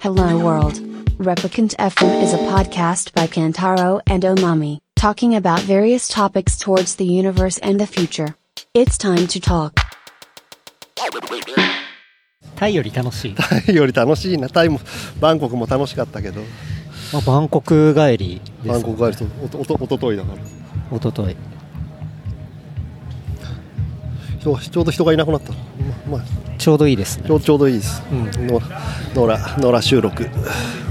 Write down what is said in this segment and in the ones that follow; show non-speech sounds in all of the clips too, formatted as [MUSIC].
Hello World. Replicant FM is a podcast by Kantaro and Omami, talking about various topics towards the universe and the future. It's time to talk. タイより楽しい、タ [LAUGHS] イより楽しいなタイもバンコクも楽しかったけど、 [LAUGHS] まあ、バンコク帰りです、ね、バンコク帰りそうおとおとおとといだからおととい人がちょうど人がいなくなったままあちょうどいいですちねょうちょうどいいです、ノラノラノラ収録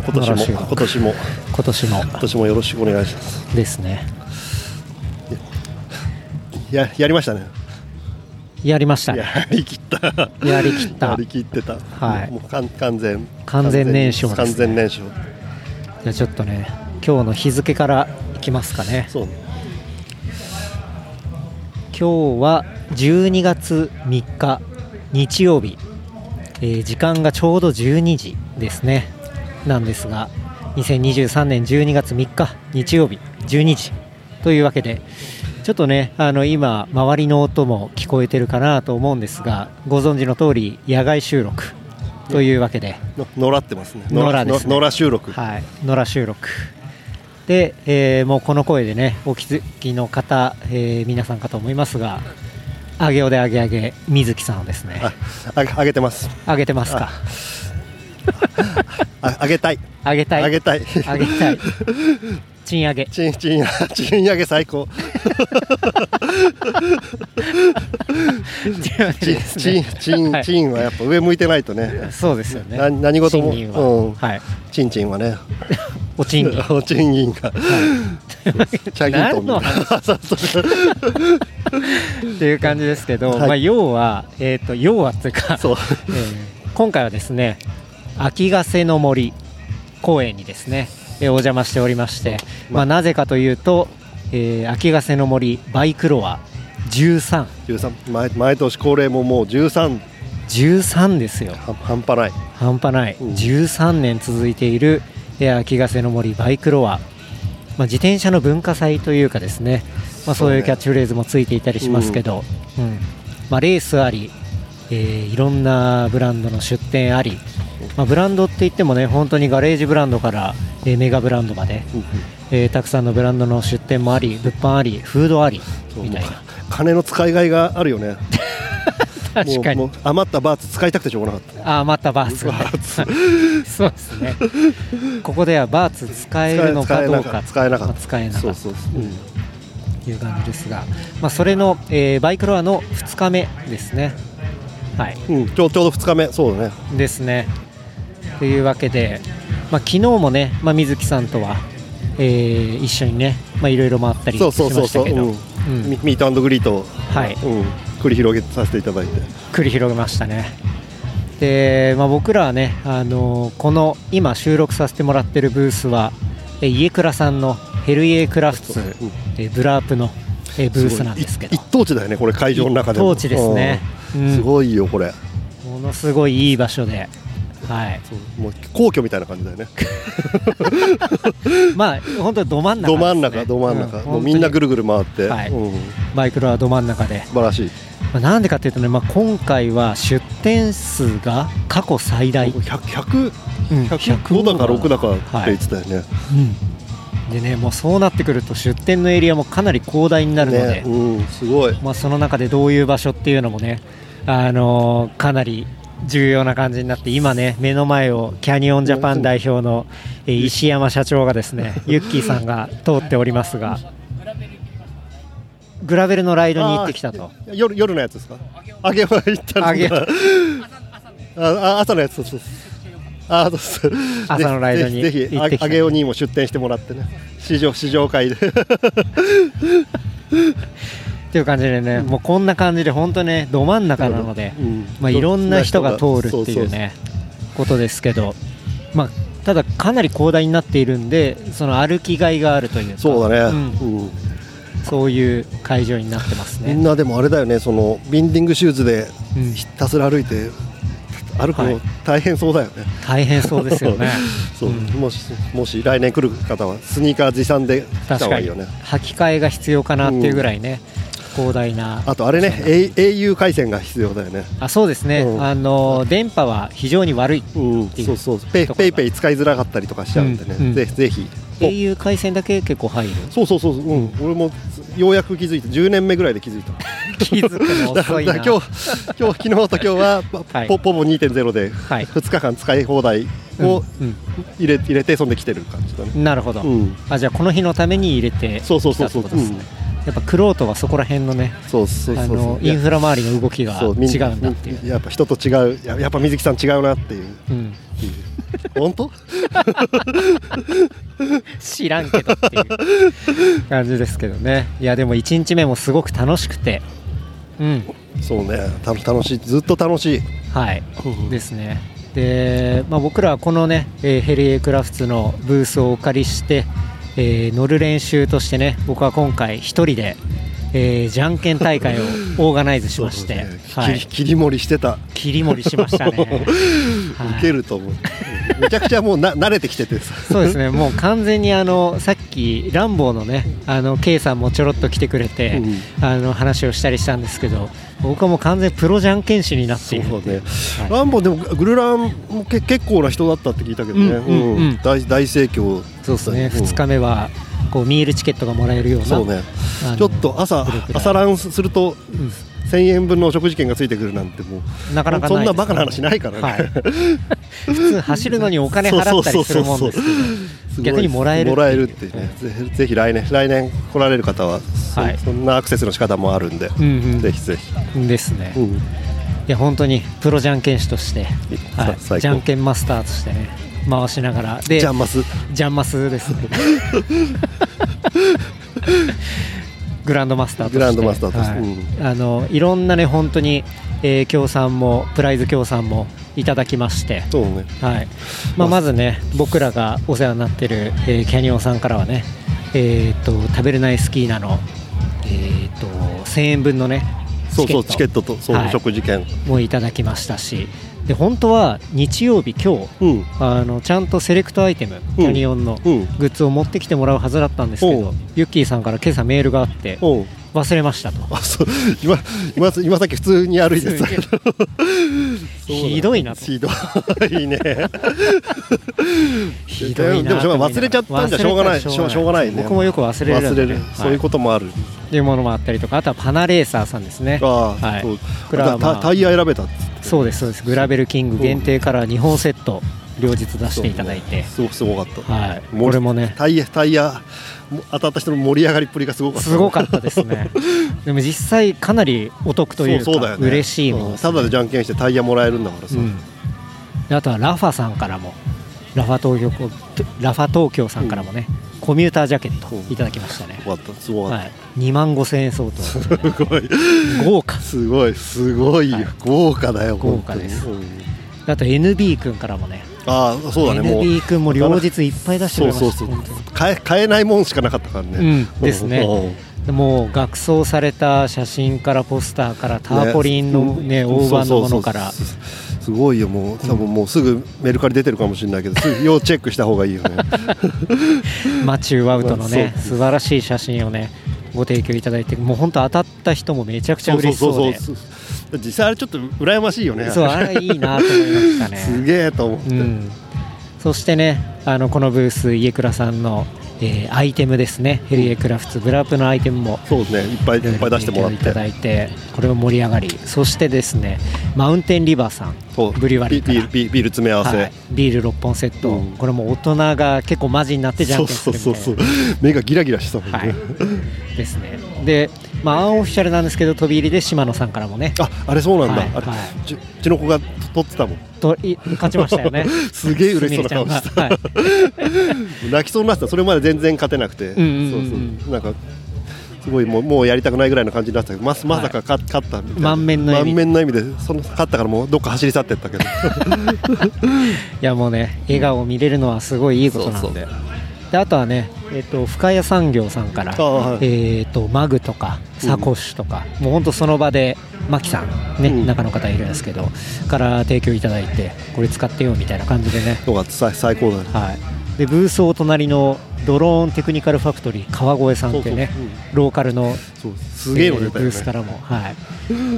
今年野良も収録今年も今年も今年もよろしくお願いしますですねややりましたねやりましたねやりきったやりきったやりきってたはいもう完完全完全燃焼ですね完全燃焼じゃあちょっとね今日の日付からいきますかねそうね今日は12月3日日曜日、えー時間がちょうど12時ですねなんですが2023年12月3日日曜日12時というわけでちょっとねあの今周りの音も聞こえてるかなと思うんですがご存知の通り野外収録というわけで、の野良ってますね野良ですね野良収録はい、野良収録で、えーもうこの声でねお気づきの方、えー皆さんかと思いますがあげおであげあげ水木さんをですねああげあげてますあげてますかああげたいあげたいあげたい [LAUGHS] あげたい賃上げちんちんちん上げ最高というわけでチンですチンねチンはいチンはやっぱ上向いてないとね。そうですよねな何事も賃金は、うんはいチンチンはね。お賃 [LAUGHS] 金お賃金が。チャギント何ンのみたいな。そうそうっていう感じですけど、はいまあ、要は、えー、と要はっていうかそう。えー今回はですね秋ヶ瀬の森公園にですね、えーお邪魔しておりまして、まあ、なぜかというと、えー秋ヶ瀬の森バイクロア1313十三毎毎年恒例ももう十三ですよ半端ない。半端ない、うん13年続いている、えー秋ヶ瀬の森バイクロア、まあ、自転車の文化祭というかですね、まあ、そうそうねいうキャッチフレーズもついていたりしますけど、うんまあ、レースあり、えーいろんなブランドの出店あり、まあ、ブランドって言ってもね本当にガレージブランドから、えーメガブランドまで、うんうんえーたくさんのブランドの出店もあり物販ありフードありそうみたいもなう金の使いがいがあるよね。確かにもうもう余ったバーツ使いたくてしょうがなかった。あーまたバーツがねバ [LAUGHS] そうですねここではバーツ使えるのかどうか使えなかった。使えなかそっうたそうそう。うんという感じですが、まあ、それの、えーバイクロアの2日目ですねはいうん。ちょうちょうど二日目。そうだね。ですねというわけで、まあ、昨日もね、まあ、水木さんとは、えー一緒にねまあいろいろ回ったりしそまうそうそうしそたう。けどうんうんミミートアンドグリートを。はいうん。繰り広げさせていただいて。繰り広げましたねで、まあ、僕らはね、あのーこの今収録させてもらってるブースはえー家倉さんのヘルイエークラフツ、うんえーブラープのえーブースなんですけどい一等地だよねこれ会場の中でも一等地ですねうんうんすごいよこれものすごいいい場所で、はい、もう皇居みたいな感じだよねまあ本当にど真ん中です、ね、ど真ん中ど真ん中、うもうみんなぐるるぐる回って、はいうんバイクロアど真ん中で、素晴らしいまあ、なんでかというとね、まあ、今回は出店数が過去最大、うん、 100 105 105だか6だかって言ってたよね,、うん、でねもうそうなってくると出店のエリアもかなり広大になるので、ねうん、すごいまあ、その中でどういう場所っていうのもね、あのーかなり重要な感じになって今ね目の前をキャニオンジャパン代表のえー石山社長がですねユッキーさんが通っておりますがグラベルのライドに行ってきたとあー夜夜のやつですか揚げは行ったんだ揚げはああ朝のやつそうそうあそうそう朝のライドにぜひぜひ行ってきたあ揚げおにも出店してもらってね試乗試乗 [LAUGHS] 会でっていう感じでねもうこんな感じで本当ねど真ん中なのでうんまあいろんな人が通るってそいううそうねことですけどまあただかなり広大になっているんでその歩きがいがあるというかそうだねん、うんそういう会場になってますみねん。なでもあれだよねそのビンディングシューズでうんひたすら歩いて歩くはのい大変そうだよね、大変そうですよ [LAUGHS] ね。そううんもしもし来年来る方はスニーカー持参で来た確方かがいにいよね履き替えが必要かなっていうぐらいね、広大なあとあれね、A- au 回線が必要だよね。あそうですね、うんあの電波は非常に悪い、うん、ていうそうそうペイところがペイペイ使いづらかったりとかしちゃうんでね、うんうんぜぜひ。 au 回線だけ結構入るそうそうそう、うん、俺もようやく気づいた、10年目ぐらいで気づいた。気づくのだか [LAUGHS] 遅らいな今日、今日、昨日と今日 [LAUGHS] は、ポはいポポボ2.0で、はい2日間使い放題をうん入れ,、入れて、そんで来てる感じだね。うんなるほど、うん、あじゃあこの日のために入れてそうそうそうそうきたってことですねやっぱクロートはそこら辺のねそうそうそうあそうのいやインフラ周りの動きが違そうみなんだっていうみやっぱ人と違うややっぱ水木さん違うなって [LAUGHS] いううん、っていう本当知らんけどっていう感じですけどねいやでも1日目もすごく楽しくてうんそうねた楽しいずっと楽しいはいうんですねで、まあ、僕らはこのね、えーヘリエクラフツのブースをお借りして、えー乗る練習としてね僕は今回一人で、えーじゃんけん大会をオーガナイズしまして、 [LAUGHS] そうはね切いり、切り盛りしてた、切り盛りしました [LAUGHS] ね受ける [LAUGHS] と思ううんめちゃくちゃもうな慣れてきててさそうですねもう完全にあのさっき「ランボー」のねあの K さんもちょろっと来てくれて、うあの話をしたりしたんですけど僕はもう完全にプロじゃんけん士になっているそうね、ランボでもグルランもけ結構な人だったって聞いたけどね、うんうんうんうん大大盛況そうですね、ん2日目はこうミールチケットがもらえるようなそうねあのちょっと朝グループラン朝ランすると1000円分のお食事券がついてくるなんてもうなかなかそんいですなバカな話ないからね、はい普通走るのにお金払ったりするもんですけどすごい逆にもらえるっていうもらえるっていうね、ぜぜひ来年来年来られる方はそ,、はいんなアクセスの仕方もあるんで、うんうんぜひぜひ、ですね、ういんや本当にプロじゃんけん士として、はさ最高い、じゃんけんマスターとしてね回しながらでジャンマスジャンマスです [LAUGHS] ねグランドマスターとしてグランドマスターとしてはいあのいろんなね本当に、えー、協賛もプライズ協賛もいただきましてそうねはいまあ、まずね僕らがお世話になってる、えーキャニオンさんからはね、えー、と食べれないスキーなの、えー、と1000円分のねそうそうチケットとそう、はいお食事券もいただきましたしで本当は日曜日今日うんあのちゃんとセレクトアイテム、キャニオンのうんグッズを持ってきてもらうはずだったんですけおどうユッキーさんから今朝メールがあっておう忘れましたとあそう [LAUGHS] 今今今さっき普通に歩いてたひどいなと [LAUGHS] ひどいね [LAUGHS] ひどいなでもでも忘れちゃったんじゃしょうがない忘れしちょうしょうがないね僕もよく忘れるんでね忘れはる、いそういうこともあるっていうものもあったりとかあとはパナレーサーさんですねああ、はいそうこれはまあタタイヤ選べたっつってそうですそうですグラベルキング限定から2本セット両日出していただいて、すごくすごかった、はい盛りこれも [LAUGHS] ねタイヤタイヤも当たった人の盛り上がりっぷりがすごかったすごかったですねでも実際かなりお得というかそうそうだよね嬉しいものうでんすただでじゃんけんしてタイヤもらえるんだからさ、うんであとはラファさんからもラファ東京ラファ東京さんからもね、コミュータージャケットいただきましたね、よかったすごかっはい、2万5000円相た、当 [LAUGHS] すごい豪華すごいすごいよ、はい豪華だよ豪華です本当にうんあと NB 君からもねああそうだねもう NB 君も両日いっぱい出してくれそうまそうしたそう本当に買え買えないもんしかなかったからね、うんですねうんでもう額装された写真からポスターからターポリンの、ねうん大判のものからそうそうそうそうすごいよもう多分もうすぐメルカリ出てるかもしれないけどすぐ要チェックした方がいいよねマチュー・ワウトのねそう素晴らしい写真をねご提供いただいてもう本当当たった人もめちゃくちゃ嬉しそうでそうそうそう実際あれちょっと羨ましいよねそうあれいいなと思いましたね [LAUGHS] すげえと思って、うん、そしてねあのこのブース家倉さんの、えーアイテムですねヘリエクラフツブラップのアイテムもそうねいっぱいいっぱい出してもらっいただていてこれも盛り上がりそしてですねマウンテンリバーさんそうブリュワリーかビらールビールビール詰め合わせ、はい、ビール6本セット、うんこれも大人が結構マジになってじゃそんうけんすそうるみたそいうなそう目がギラギラしてたもんね、はい、ですねで、まあ、アンオフィシャルなんですけど飛び入りで島野さんからもねああれそうなんだ、はいあれ、はじうちの子が撮ってたもんとい勝ちましたよね [LAUGHS] すげえ嬉しそうな顔してすみれちゃんがはい泣きそうになってたそれまで全然勝てなくて、んうんうんそうそうなんかすごいもうもうやりたくないぐらいの感じになってたけどままさか勝勝ったみたいな満面の笑み満面の笑みでその勝ったからもうどっか走り去ってっ [LAUGHS] たけどいやもうね笑顔を見れるのはすごいいいことなんでであとはね、えっと深谷産業さんから、あはいえっとマグとかサコッシュとか、もうほんとその場でマキさんね、うん中の方いるんですけどから提供いただいてこれ使ってよみたいな感じでね、よかった最最高だねはい、でブースをお隣の、ドローンテクニカルファクトリー川越さんっていうねそうそうローカルのそうすげえのえ出ーブたよースかねらも、はい、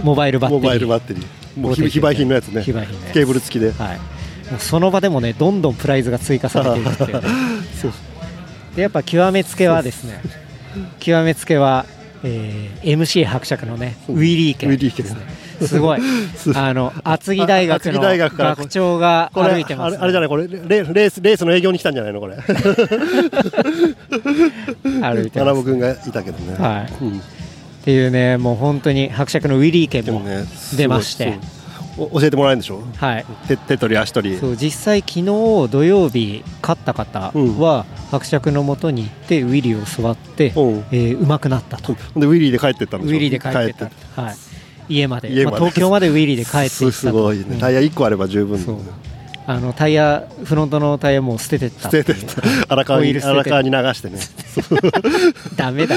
モバイルバッテモリーバイルバッテリーもう非非売品のやつね非売品のやつケーブル付きではい、もうその場でもねどんどんプライズが追加されていくっていうね [LAUGHS] そうでやっぱ極めつけはですね極めつけは、えー MC 伯爵のねそうウィリー県ウィリーですね県す [LAUGHS] ごいすあの厚木大学あ厚の木大学から学長がこれ歩いてます、ね、あれあれじゃないこれレレースレースの営業に来たんじゃな [LAUGHS] いのこれ歩いて田ます中君がいたけどねはいうんっていうねもう本当に伯爵のウィリー県でももねすごい出まして、そうお教えてもらえるんでしょはい手手取り足取りそう実際昨日土曜日勝った方は伯爵のもとに行ってウィリーを座って、うんえーうまくなったとでウィリーで帰ってったんウでしょィリーで帰ってた帰はい、家まで家まであ、東京までウィリーで帰っていったと [LAUGHS] すすごいねタイヤ1個あれば十分そうあのタイヤフロントのタイヤもう捨ててった捨てて荒川ホイーにル捨てて荒川に流して [LAUGHS] ねダ [LAUGHS] メだ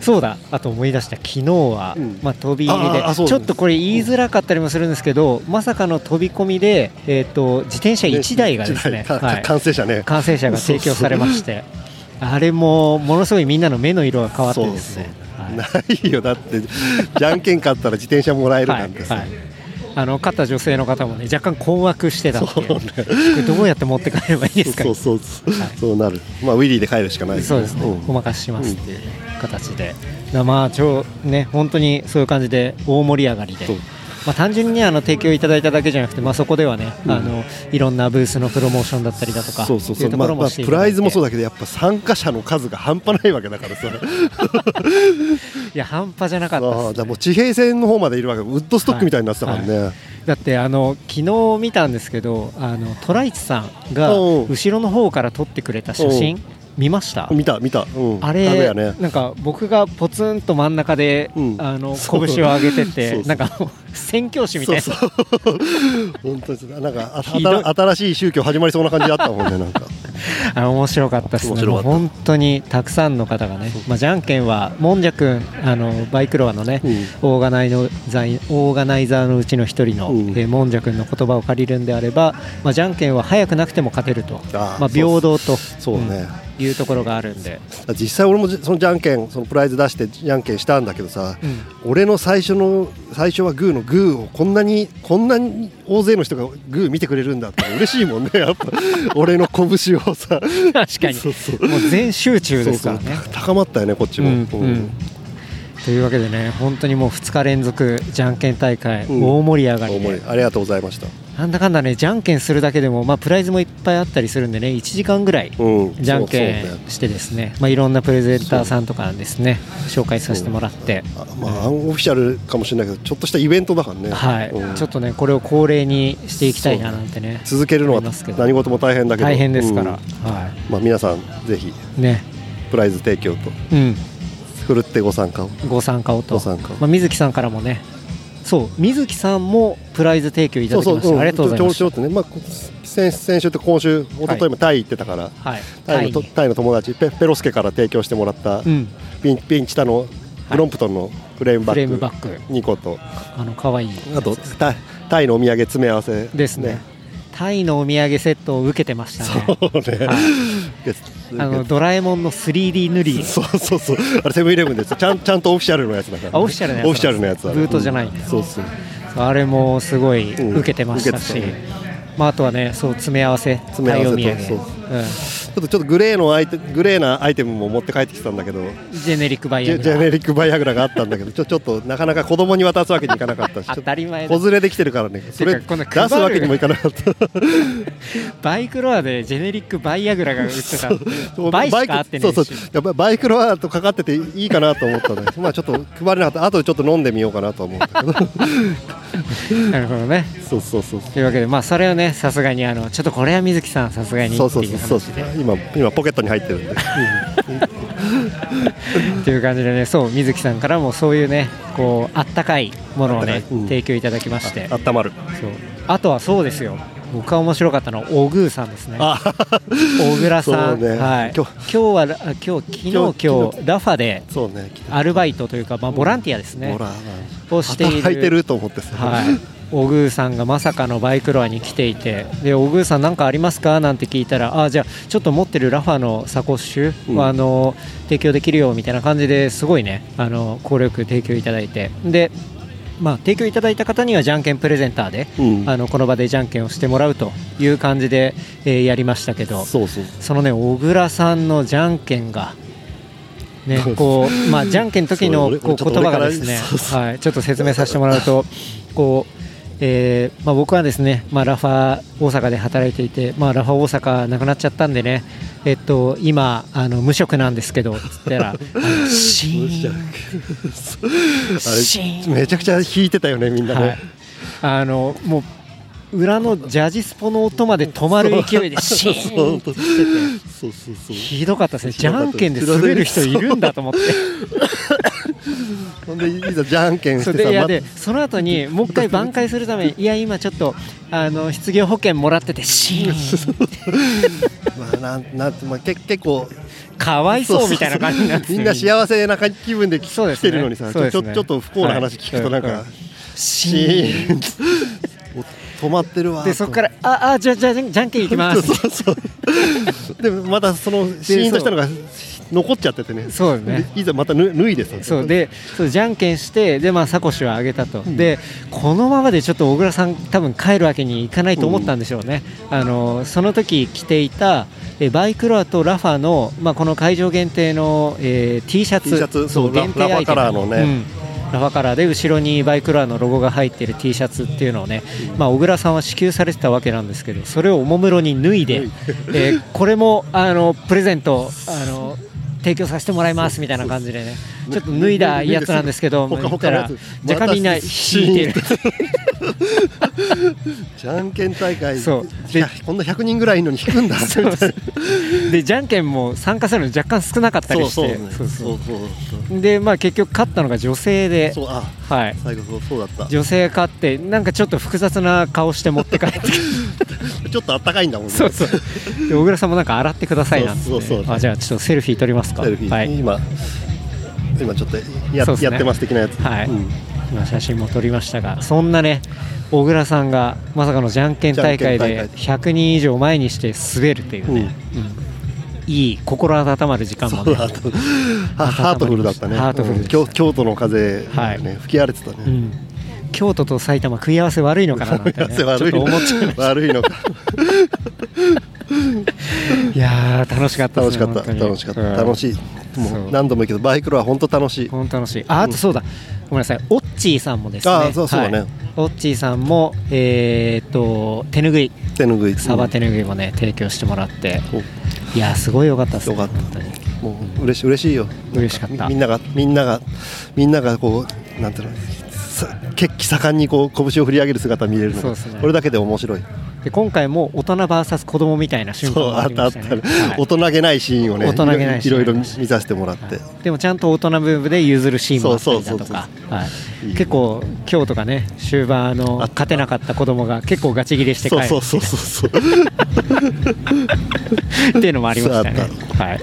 そうだあと思い出した昨日は、うんまあ、飛び入りでああそうちょっとこれ言いづらかったりもするんですけど、まさかの飛び込みで、えー、と自転車1台がですね一台かはい完成車ね感染者が提供されましてあれもものすごいみんなの目の色が変わってですねそうはいそうないよだってじゃんけん勝ったら自転車もらえるなんてはいさはいあの勝った女性の方もね若干困惑してたっていうこれどうやって持って帰ればいいですかそうそうそうそうなるまあウィリーで帰るしかないよそうですね、んお任せしますっていうね形で、なまあ超ね本当にそういう感じで大盛り上がりでそう。まあ、単純にねあの提供いただいただけじゃなくて、まあ、そこではね、あのいろんなブースのプロモーションだったりだとかそうそうそういうとこまあろまもあしていプただラいイてズもそうだけどやっぱ参加者の数が半端ないわけだからさ [LAUGHS] いや半端じゃなかったああですじゃあもう地平線の方までいるわけウッドストックみたいになってたからね、はだってあの昨日見たんですけどあのトライチさんがおう後ろの方から撮ってくれた写おう真見ました見た見た、うん、あダメれ、やねなんか僕がポツンと真ん中で、うんあの拳そをう上げててそうそうなんかもう宣教師みたいなそうそう [LAUGHS] 本当ですなんかあひどい新新しい宗教始まりそうな感じだったもんねなんかあ面白かったです面ね白もかうった本当にたくさんの方がね、まあ、じゃんけんはもんじゃくんあのバイクロアのね、うんオーガナイのザイオーガナイザーのうちの一人の、うんえーもんじゃくんの言葉を借りるんであれば、まあ、じゃんけんは早くなくても勝てるとあーまあ、平等とそうねうんいうところがあるん [LAUGHS] で、実際俺もじそのじゃんけんそのプライズ出してじゃんけんしたんだけどさ、うん俺の最初の最初はグーのグーをこんなにこんなに大勢の人がグー見てくれるんだって嬉しいもんね [LAUGHS] やっぱ俺の拳をさ確かにそうそうもう全集中ですからねそうそう高まったよねこっちも、うんうんというわけでね本当にもう2日連続じゃんけん大会、うん大盛り上がり大盛でりありがとうございました、なんだかんだねじゃんけんするだけでも、まあ、プライズもいっぱいあったりするんでね1時間ぐらいうん、じゃんけそうそうねんしてですね、まあ、いろんなプレゼンターさんとかですね紹介させてもらって、あまあ、アンオフィシャルかもしれないけどちょっとしたイベントだからね、はいうんちょっとねこれを恒例にしていきたいななんてね続けるのあはりますけど何事も大変だけど大変ですから、うんはまあ、皆さんぜひいねプライズ提供とうんふるってご参加をご参加をとご参加をまあ、水木さんからもねそう水木さんもプライズ提供いただきましたんありがとうございまちょすうどね、まあ、こ先先週と今週一昨日もタイ行ってたから、はいタイのタイにタイの友達ペペロスケから提供してもらった、うんピンピンチタのブロンプトンのフレームバフレーッムグバッグ2個とあの可愛いやつあとタイタイのお土産詰め合わせですねタイのお土産セットを受けてましたねそうね、はですあのドラえもんの 3D 塗りそうそうそうあれセブンイレブンですちゃんちゃんとオフィシャルのやつだからね、あオフィシャルのやつオフィシャルのやつだねブートじゃないうんそうそうあれもすごいうん受けてましたし、受けてたまあ、あとはねそう詰め合わせ詰め合わせと太陽土産ちょっとちょっとグレーのアイテグレーなアイテムも持って帰ってきてたんだけどうん、ジェネリックバイジヤェジェネーリックバイアグラがあったんだけどちょちょっ [LAUGHS] となかなか子供に渡すわけにいかなかったし当たり前だちょっと子連れできてるからねそれ [LAUGHS] て出かこんなす配るわけにもいかなかったバイクロアでジェネリックバイアグラが売ってたってバイしかあってねえしそうそうやっぱりバイクロアとかかってていいかなと思ったねまあちょっと配れなかったあとちょっと飲んでみようかなとは思うんだ [LAUGHS] けどなるほどねそうそうそうというわけでまあそれをねさすがにあのちょっとこれは水木さんさすがにってそうそういうそう話そうで今今ポケットに入ってるんで [LAUGHS] っていう感じでねそう水木さんからもそういうねこうあったかいものをあっねたかいうん提供いただきましてあったまるそうあとはそうですよ僕が面白かったのはおぐーさんですねあ小倉さん、そうねはい、今今日日はらあ今日昨日今今日日昨日ラファで [LAUGHS] そうねアルバイトというか、まあ、ボランティアですねほ、らをしている働いてると思ってさ、はい、おぐーさんがまさかのバイクロアに来ていてでおぐーさん何かありますかなんて聞いたらあじゃあちょっと持ってるラファのサコッシュ、うんあの提供できるよみたいな感じですごいねあの快く提供いただいてで、まあ、提供いただいた方にはじゃんけんプレゼンターで、うんあのこの場でじゃんけんをしてもらうという感じで、えーやりましたけどそうそうそのね小倉さんのじゃんけんが。ね、こうまあじゃんけんの時のそう俺こうちょっ言と葉俺かがらですねそうそうはい、ちょっと説明させてもらうとこう、えーまあ、僕はですね、まあ、ラファ大阪で働いていて、まあ、ラファ大阪なくなっちゃったんでね、えっと、今あの無職なんですけどっつ [LAUGHS] ったらあのシーンあれめちゃくちゃ弾いてたよねみんなね、はい、あのもう裏のジャジスポの音まで止まる勢いでシーンって言ってて。そうそうそうひどかったですね、ひじどかゃったんけんで滑る人いるんだと思って、ほんでいざじゃんけん [LAUGHS] そしれでていさやまでその後 [LAUGHS] にもう一回挽回するために、いや、今ちょっとあの失業保険もらって [LAUGHS] て、シーン、まあなんなんてまあけ結構かわいそうみたいな感じになっててみんな幸せな気分できそうで来すねてるのにさ、そうでちすょねちょっと不幸な話聞くとなんか、はいシシーンーンお止まってるわでそこから、ああ、じゃじゃじゃんじゃんけんいきまそうす。そうそうでもまたそのシーンとしたのが残っちゃっててねそうですねでいざまた脱脱いでさそうでそうじゃんけんしてで、まあ、サコッシュはあげたと、でこのままでちょっと小倉さん多分帰るわけにいかないと思ったんでしょうね、あのその時着ていたえバイクロアとラファの、まあ、この会場限定の、えー T シャツ T シャツそうララファカラーのねうんラファカラーで後ろにバイクロアのロゴが入ってる T シャツっていうのをね、まあ、小倉さんは支給されてたわけなんですけどそれをおもむろに脱いで、えーこれもあのプレゼントあの提供させてもらいますみたいな感じでねちょっと脱いだやつなんですけ [LAUGHS] ど、脱いで言ったらほかほかのやつ若干みんな引いてる。じゃんけん大会そういやこんな100人ぐらいいるのに引くんだそうそうでじゃんけんも参加するの若干少なかったりしてねそうそうそうで、まあ、結局勝ったのが女性でそう、あはい、最後そうそうだった女性勝ってなんかちょっと複雑な顔して持って [LAUGHS] 帰ってきてちょっとあったかいんだもんねそうそうで小倉さんもなんか洗ってくださいなんて、そうそうそうあじゃあちょっとセルフィー撮りますかテレビはい、今今ちょっとや,、そうっすねやってます的なやつはいうん今写真も撮りましたがそんなね小倉さんがまさかのじゃんけん大会じゃんけんで大100人以上前にして滑るっていうね、うんいい心温まる時間もそうねだとハハートフルだったねハートフルでした京京都の風、ねはい吹き荒れてたね、うん京都と埼玉食い合わせ悪いのかななんて、[LAUGHS] ね、ちょっ悪いとの思っちゃ [LAUGHS] いました悪いのかいやー楽しかったです楽しねかった楽しかった楽しいそもうう何度も言うけどバイクロは本当楽しい本当楽しいああとそうだ、ごめんなさいオッチーさんもですねあーそうそうだねはいオッチーさんもえーっと手ぬぐい手ぬぐいサバ手ぬぐいもね、提供してもらっていやーすごい良かったですねよかった本当におもう嬉しい嬉しいよ嬉しかったみみんながみんながみんながこうなんていうのさ血気盛んにこう拳を振り上げる姿見れるのそうがですねこれだけで面白いで今回も大人 VS 子供みたいな瞬間そうがああっりたまあっしたたねはい大人げないシーンをね大人げないシーンろいろ見させてもらってでもちゃんと大人部で譲るシーンもあったりだとそうそうかそう、はいいいね結構今日とかね終盤あのあった勝てなかった子供が結構ガチ切れして帰そうそうるそうそうそうっていうのもありましたねそうあっ。はい、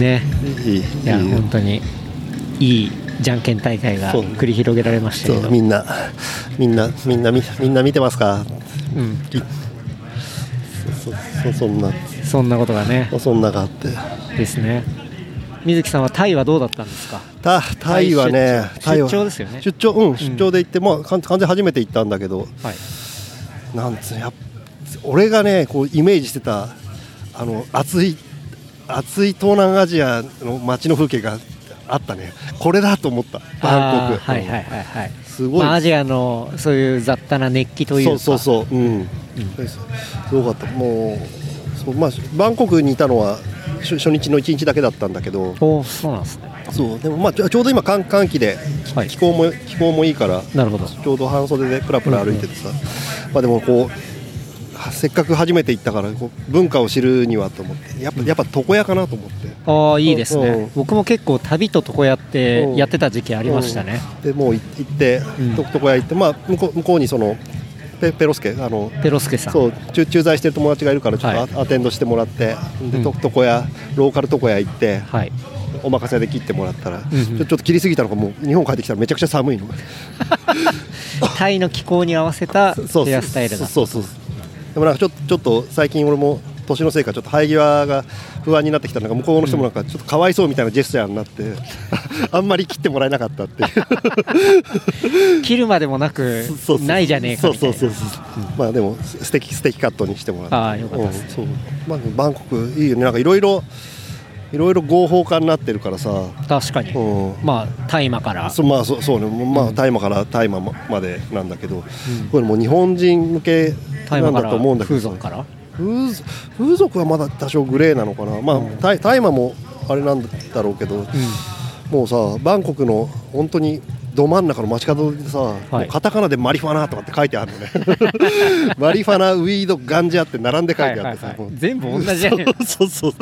ねいいいいやいい本当にいいじゃんけん大会がそう繰り広げられましたそけど、うみんなみんなみんなみみんな見てますかうん、いそそそんなそんなことがねそんながあってですね。水木さんはタイはどうだったんですか。タタイはねタイ出張タイは出張ですよね出張うん出張で行って、まあ完完全初めて行ったんだけどはい。なんつうのやっ俺がねこうイメージしてたあの暑い暑い東南アジアの街の風景があったねこれだと思ったバンコあークはいはいはいはい。すごいまあアジアのそういう雑多な熱気というか。そうそうそううん、すごかったもうそうまあバンコクにいたのは初初日の1日だけだったんだけどおーそうなんですね。そうでもまあちょちょうど今寒寒気できはい気候も気候もいいからなるほど。ちょうど半袖でプラプラ歩いててさ、まあでもこうはせっかく初めて行ったからこう文化を知るにはと思ってやっぱやっぱ床屋かなと思ってああいいですね、うん僕も結構旅と床屋ってうんやってた時期ありましたね、でもうい行ってうんと床屋行ってまあ向こう向こうにそのペペロスケあのペロスケさんそう駐駐在してる友達がいるからちょっとア,、はいテンドしてもらってうでんと床屋ローカル床屋行って、はいお任せで切ってもらったら、うんちょちょっと切りすぎたのかもう日本帰ってきたらめちゃくちゃ寒いのタイの気候に合わせ [LAUGHS] たヘアスタイルだそうそうそうでもなんかちょっとちょっと最近俺も年のせいかちょっと生え際が不安になってきたのが向こうの人もなんかちょっとかわいそうみたいなジェスチャーになって [LAUGHS] あんまり切ってもらえなかったっていう切るまでもなくそうそうそうないじゃねえかみたいそうなそうそうそう、まあでもす素敵素敵カットにしてもらってああよかったですねうんそう、まあ、バンコクいいよねなんかいろいろいろいろ合法化になってるからさ、確かにうん、まあ大麻からそうまあそうそうね、まあ、大麻から大麻までなんだけど、これもう日本人向け大麻なんかだらと思うんだけ風ど俗から風俗風俗はまだ多少グレーなのかな、まあ、大大麻もあれなんだろうけど、もうさバンコクの本当にど真ん中の街角でさ、もうカタカナでマリファナとかって書いてあるのねマリファナウィードガンジャって並んで書いてあってさ、はいはいはいもう全部同じじゃねえかそうそうそ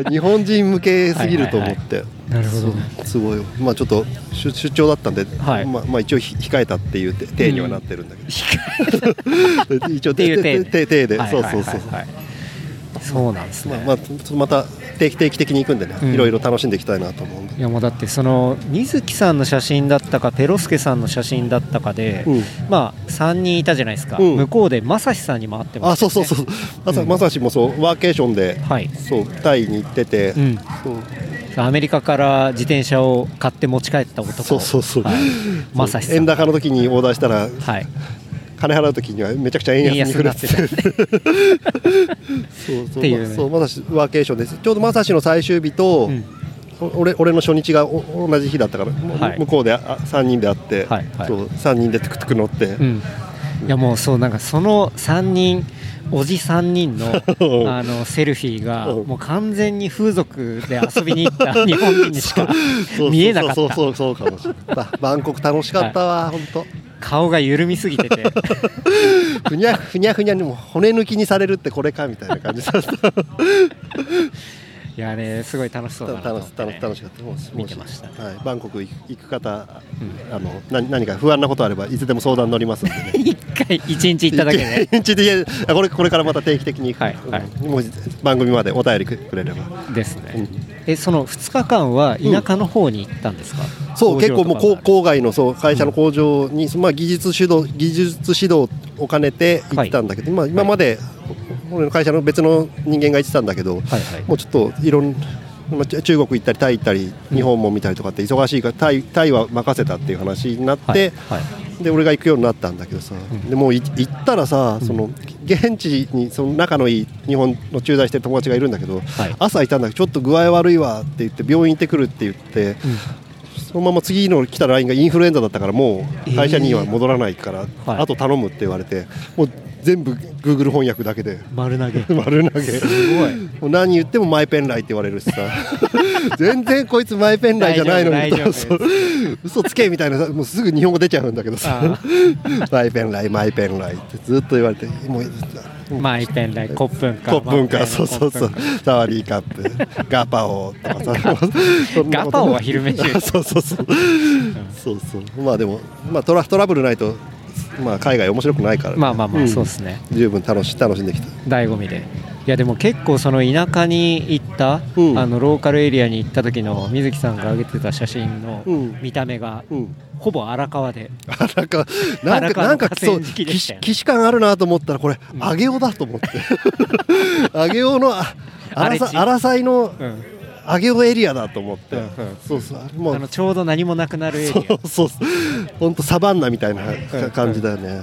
う日本人向けすぎると思って。なるほどすごいよまあちょっと出出張だったんで、はいまあ、まあ一応ひ控えたっていうて体にはなってるんだけど、一応っていう体で手手で、はいそうそうはそ、いうはいはいそうなんですね、まあまあちょっとまた定期定期的に行くんでね、うんいろいろ楽しんでいきたいなと思うんで、いやもうだってその水木さんの写真だったかペロスケさんの写真だったかで、うんまあ3人いたじゃないですか、うん向こうで正志さんに回ってあますそうよねそうそうまさうんまさしもそうワーケーションで、はい、そうタイに行ってて、うん、そうアメリカから自転車を買って持ち帰った男そうそうそうはい、正志さ円ん高の時にオーダーしたらはい金払う時にはめちゃくちゃ円安に振るって円安そうそうっていうねそうまさしワーケーションですちょうどまさしの最終日と、うんお俺俺の初日がお同じ日だったから、もはい向こうであ3人で会って、はいはいそう3人でトゥクトゥク乗って、うん、いやもうそうなんかその3人おじ3人のうん [LAUGHS] あのセルフィーがうんもう完全に風俗で遊びに行った日本人にしかそう見えなかっそうたそうそうそうかもしれないババンコク楽しかったわ、本当顔が緩みすぎててふにゃふにゃふにゃにもう骨抜きにされるってこれかみたいな [LAUGHS] 感じだったいやねすごい楽しそうだなと思楽っして楽ねし楽しかったもうもう見てましたはい、バンコク行行く方、あの何何か不安なことあればいつでも相談乗りますんで、 [LAUGHS] ね一回一日行っただけで一日でいやあこれこれからまた定期的に行く、はいはいうんもう番組までお便りくくれればですね、うんえその2日間は田舎の方に行ったんですか、そう工場結構もうとこうかが郊外のそう会社の工場に、まあ、技術指導技術指導を兼ねて行ってたんだけど、まあ、今まで俺の会社の別の人間が行ってたんだけはど、いはいもうちょっといろんまあち中国行ったりタイ行ったり日本も見たりとかって忙しいからタイタイは任せたっていう話になって、はいはいで俺が行くようになったんだけどさ、んでもうい行ったらさその現地にその仲のいい日本の駐在してる友達がいるんだけど、はい朝いたんだけどちょっと具合悪いわって言って病院行ってくるって言って、そのまま次の来た LINE がインフルエンザだったからもう会社には戻らないから、はいあと頼むって言われてもう全部 Google 翻訳だけで丸投げ [LAUGHS] 丸投げすごいもう何言ってもマイペンライって言われるしさ [LAUGHS] 全然こいつマイペンライじゃないの大に丈夫大丈 [LAUGHS] そう嘘つけみたいなもうすぐ日本語出ちゃうんだけどさ [LAUGHS] あマイペンライマイペンライってずっと言われてもうマイペンライコップンかコップンカーそうそうそうコップンサワリーカップガパオとかさそんなこと [LAUGHS] ガパオは昼飯 [LAUGHS] そうそうそうそうそうまあでも、まあ、トラトラブルないと、まあ、海外面白くないから、カまあまあまあ、んそうですね十分楽し楽しんできた醍醐味でいやでも結構その田舎に行った、うんあのローカルエリアに行った時の水木さんが上げてた写真のうん見た目が、うんほぼ荒川であなんかなんか荒川のなんか河そ川う敷でしたよね既視感あるなと思ったらこれ上げおだと思って [LAUGHS] 上げおのあ荒さ荒荒いのうん上げおエリアだと思って、うんうんそうそうあれもあうのちょうど何もなくなるエリそうそう本当サバンナみたいなうん感じだよね、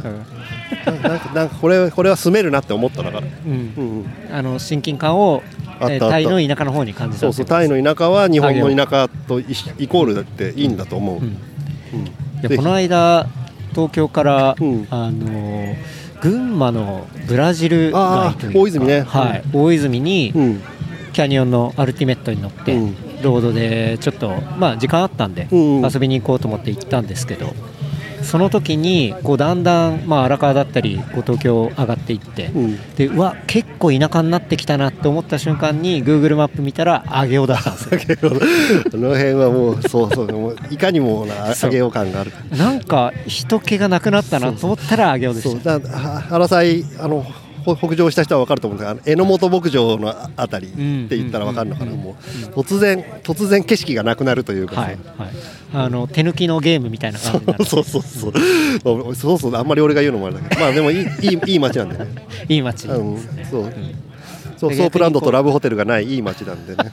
ア、うんななんかなんかこれこれは住めるなって思っただから、うんうんうんあの親近感をあっえーたあったタイの田舎の方に感じたそうってそこうとタでイすの田舎は日本の田舎とイイコールだっていいんだと思う、うんうんいやこの間東京から、うんあのー群馬のブラジル街というかあー大泉ねはい、大泉に、うんキャニオンのアルティメットに乗って、うんロードでちょっと、まあ、時間あったんで、うんうん遊びに行こうと思って行ったんですけどその時にこうだんだん、まあ、荒川だったりこう東京上がっていって、うん [LAUGHS] でうわ結構田舎になってきたなって思った瞬間に Google マップ見たら上尾だったんですよ [LAUGHS] けどあの辺はもうそうそうもういかにもなそう上げよう感があるなんか人気がなくなったなと思ったら上尾でそうしただは原さいあのほ北上した人は分かると思うんですがあの榎本牧場のああたりって言ったら分かるのかな、もう突然突然景色がなくなるというか、はい、はい、あの手抜きのゲームみたいな感じになる [LAUGHS] そうそうそうそうそうそうあんまり俺が言うのもあれだけどまあでもいいいいいい街なんでねいい街うんですね、そううんそうでソープラン逆にこドうとラブホテルがないいい街なんでね、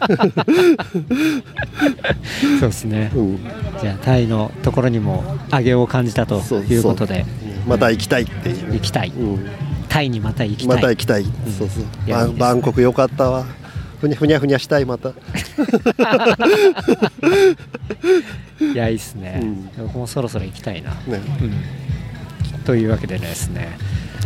そうですね、うん、じゃあタイのところにも上げを感じたとそういうことでそうまた行きたいっていう行きたい、うん、タイにまた行きたいまた行きたい、そうそういやバいいですねンバンコク良かったわふにゃふにゃふにゃしたいまたいやいいっすね、う僕もそろそろ行きたいな、 [LAUGHS] ねうん、というわけでですね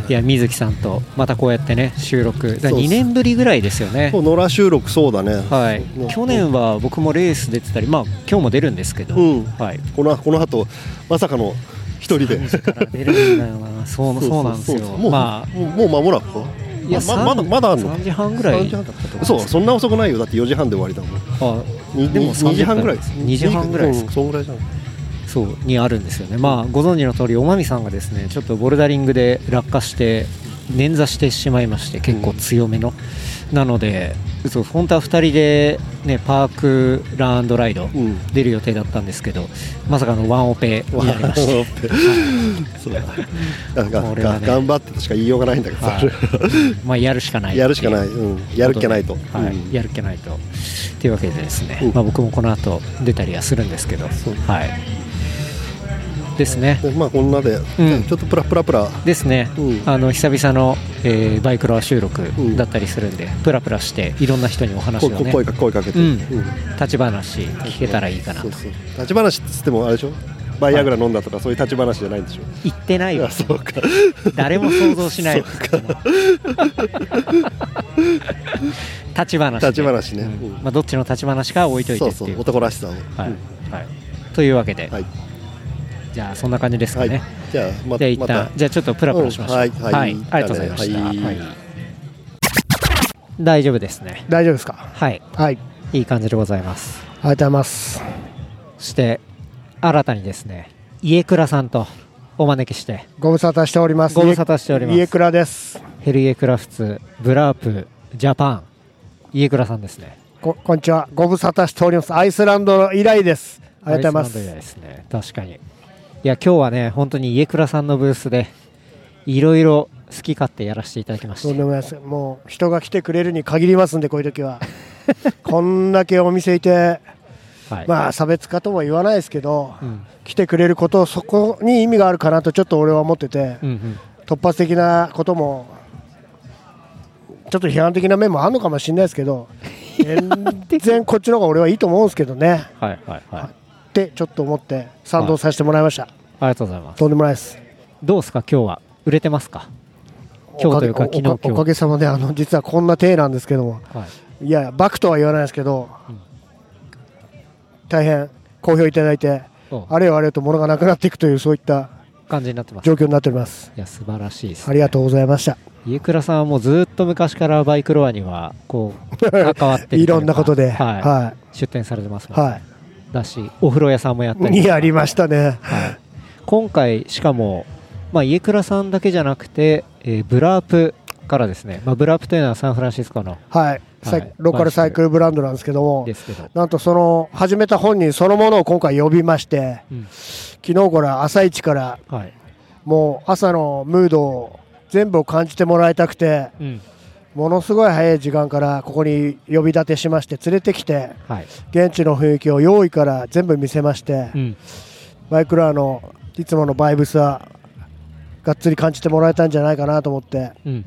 いや水木さんとまたこうやってね収録だそうっす2年ぶりぐらいですよねもう野良収録そうだねはいもう去年は僕もレース出てたりまあ今日も出るんですけど、うんはいこのこの後まさかの一人で [LAUGHS] 出るんだよ [LAUGHS] なそうそうなんですよそうそうもう,、まあもうもう間もなくかいやまままだ3まだあんの3時半ぐらい3時半だったとそうそんな遅くないよだって4時半で終わりだもんあにでもに2時半ぐらい2時半ぐらいですうんそんぐらいじゃんそうにあるんですよね、まあ、ご存知の通り、おまみさんがですねちょっとボルダリングで落下して、捻挫してしまいまして、結構強めの、なので、そう本当は2人で、ね、パークランアンドライド、うん出る予定だったんですけど、まさかのワンオペになりまして、 [LAUGHS] そうだなんか、これはね頑張ってとしか言いようがないんだけどさ、はいまあ、やるしかないやるしかない、うん、やるっきゃないと、はうんい、やるっきゃないと。というわけでですね、うんまあ、僕もこの後出たりはするんですけど、はい、ですね。でまあこんなで、うんちょっとプラプラプラですね、うんあの久々の、えーバイクロア収録うんだったりするんで、プラプラしていろんな人にお話をこね声か声かけて、うんうん立ち話聞けたらいいかなそとうそう立ち話っつってもあれでしょバイアグラ飲んだとかそういう立ち話じゃないんでしょ言ってないよあそうか誰も想像し [LAUGHS] ない [LAUGHS] 立ち話ね立ち話ねうんうんまあ、どっちの立ち話かは置いといてそうってそいうう男らしさを、はいうんはい、というわけで、はいじゃあそんな感じですかはい、ね、じゃあまじゃあ一ま旦、たじゃあちょっとプラプラしましょう、うんはいはいありがとうございました、はいはい大丈夫ですね大丈夫ですかはいはいいい感じでございますありがとうございますそして新たにですね家倉さんとお招きしてご無沙汰しておりますご無沙汰しております家倉ですヘルイエクラフツブラープジャパン家倉さんですねここんにちはご無沙汰しておりますアイスランドの以来ですありがとうございまアイスランド以来ですすね確かにいや今日はね本当に家倉さんのブースでいろいろ好き勝手やらせていただきましとんでてもないですもう人が来てくれるに限りますんでこういう [LAUGHS] 時はこんだけお店いてはい、まあ差別化とも言わないですけど、うん来てくれることそこに意味があるかなとちょっと俺は思ってて、うんうん突発的なこともちょっと批判的な面もあるのかもしれないです [LAUGHS] けど全然こっちの方が俺はいいと思うんですけどねはいはいはいあってちょっと思って賛同させてもらいました、りがとうございますとんでもないですどうですか今日は売れてますか今日というかお昨日げお今おか日げさまであの実はこんな体なんですけどもはいいやいやバクとは言わないですけど、うん大変好評いただいておあれよあれよと物がなくなっていくというそういった感じになってます状況になっておりますいや素晴らしいです、ね、ありがとうございました家倉さんはもうずっと昔からバイクロアにはこう [LAUGHS] 関わってるいろんなことではいは出店されてますいもん、はいだしお風呂屋さんもやったりにやりましたね。はい今回しかも、まあ、家倉さんだけじゃなくて、えーブラープからですね、まあ、ブラープというのはサンフランシスコのはい、サイはいローカルサイクルブランドなんですけどもで、すけど、なんとその始めた本人そのものを今回呼びまして、うん昨日から朝一からはいもう朝のムードを全部を感じてもらいたくて、うんものすごい早い時間からここに呼び立てしまして連れてきて、はい現地の雰囲気を用意から全部見せましてう、ん、バイクラーのいつものバイブスはがっつり感じてもらえたんじゃないかなと思って。うん、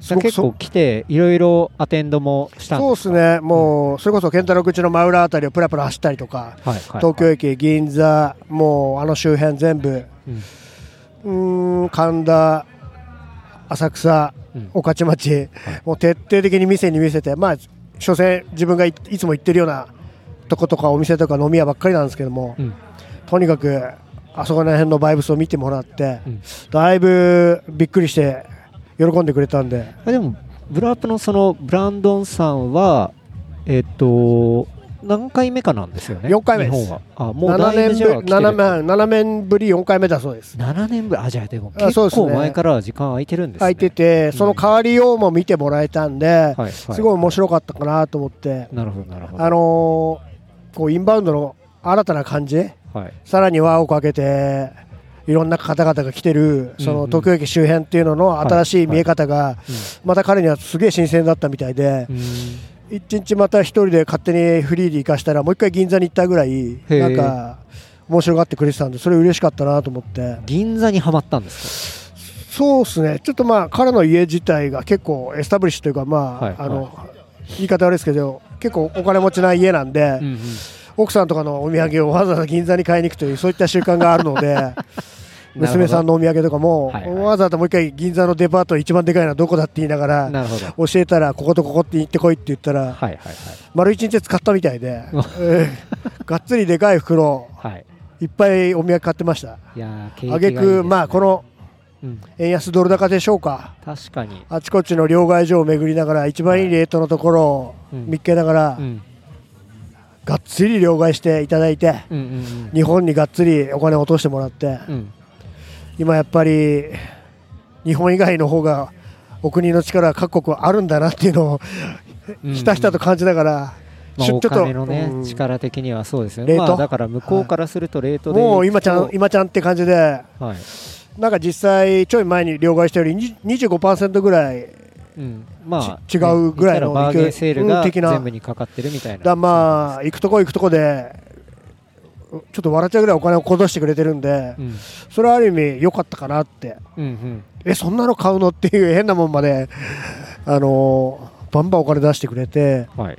すごく結そ構来ていろいろアテンドもしたんそうでですすね、もうそれこそ健太郎口の真裏あたりをプラプラ走ったりとか、はいはい東京駅、銀座、もうあの周辺全部、うんうーん、神田、浅草、うん御徒町、もう徹底的に店に見せて、まあ、所詮、自分がいいつも行ってるようなとことか、お店とか飲み屋ばっかりなんですけども、うんとにかくあそこら辺のバイブスを見てもらって、うんだいぶびっくりして喜んでくれたんであでもブラップのそのブランドンさんはえっ、と何回目かなんですよね四回目です日本はあもうだ7いぶ年じゃあぶ来てる7年7年ぶり4回目だそうです7年ぶりあじゃあでもあそう結ですね構前から時間空いてるんですね空いててその変わりようも見てもらえたんで、はい、はい、すすごい面白かったかなと思って、なるほどなるほどあのーこうインバウンドの新たな感じはいさらに輪をかけていろんな方々が来てるそうんうんの東京駅周辺っていうのの新しい見え方うがんまた彼にはすげえ新鮮だったみたいでうん一日また一人で勝手にフリーで行かしたらもう一回銀座に行ったぐらいえなんか面白がってくれてたんでそれ嬉しかったなと思って銀座にはまったんですそうですねちょっとまあ彼の家自体が結構エスタブリッシュというかまはいああの言い方悪いですけど結構お金持ちな家なんでか、うんうん、奥さんとかのお土産をわざわざ銀座に買いに行くというそういった習慣があるの [LAUGHS] で [LAUGHS] 娘さんのお土産とかも、はいはいわざわざもう一回銀座のデパート一番でかいのはどこだって言いなが [LAUGHS] らなるほどは教えたらこことここって行ってこいって言ったいら、はいはい丸一日使ったみた [LAUGHS] いで、うわえーがっつりでかい袋はいいっぱいお土産買ってましたいやー景気があいいでげすねくまあこのうん円安ドル高でしょうか確かにあちこちの両替所を巡りながら一番いいレートのところをうん見っけながら、うんがっつり両替していただいてうんうん日本にがっつりお金を落としてもらって、うんうん今やっぱり日本以外の方がお国の力は各国はあるんだなっていうのをうんうんひたひたと感じながら、まあ、出お張と金のね、うん力的にはそうですよレね、ートまあ、だから向こうからするとレートで、もう今ちゃん、今ちゃんって感じではいなんか実際ちょい前に両替したよりに25%ぐらいうん、まあ、ち違うぐらいのね言ったらバーゲンセールがうん的な全部にかかってるみたいな、だまあ行くとこ行くとこでちょっと笑っちゃうぐらいお金をこどしてくれてるんで、うん、それはある意味良かったかなってうん、うん、えそんなの買うのっていう変なもんまであのバンバンお金出してくれてはい、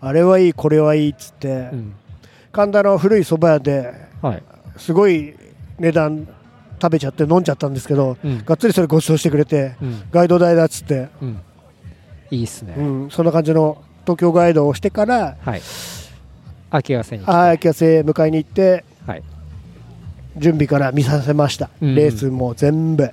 あれはいいこれはいいっつって。うん、神田の古い蕎麦屋ではい、すごい値段食べちゃって飲んじゃったんですけど、うんがっつりそれご馳走してくれて、うん、ガイド代だっつって、うん、いいっすね、うん、そんな感じの東京ガイドをしてからはい、秋合わせに来て、ああ秋瀬へ迎えに行ってはい、準備から見させました、うんうんレースも全部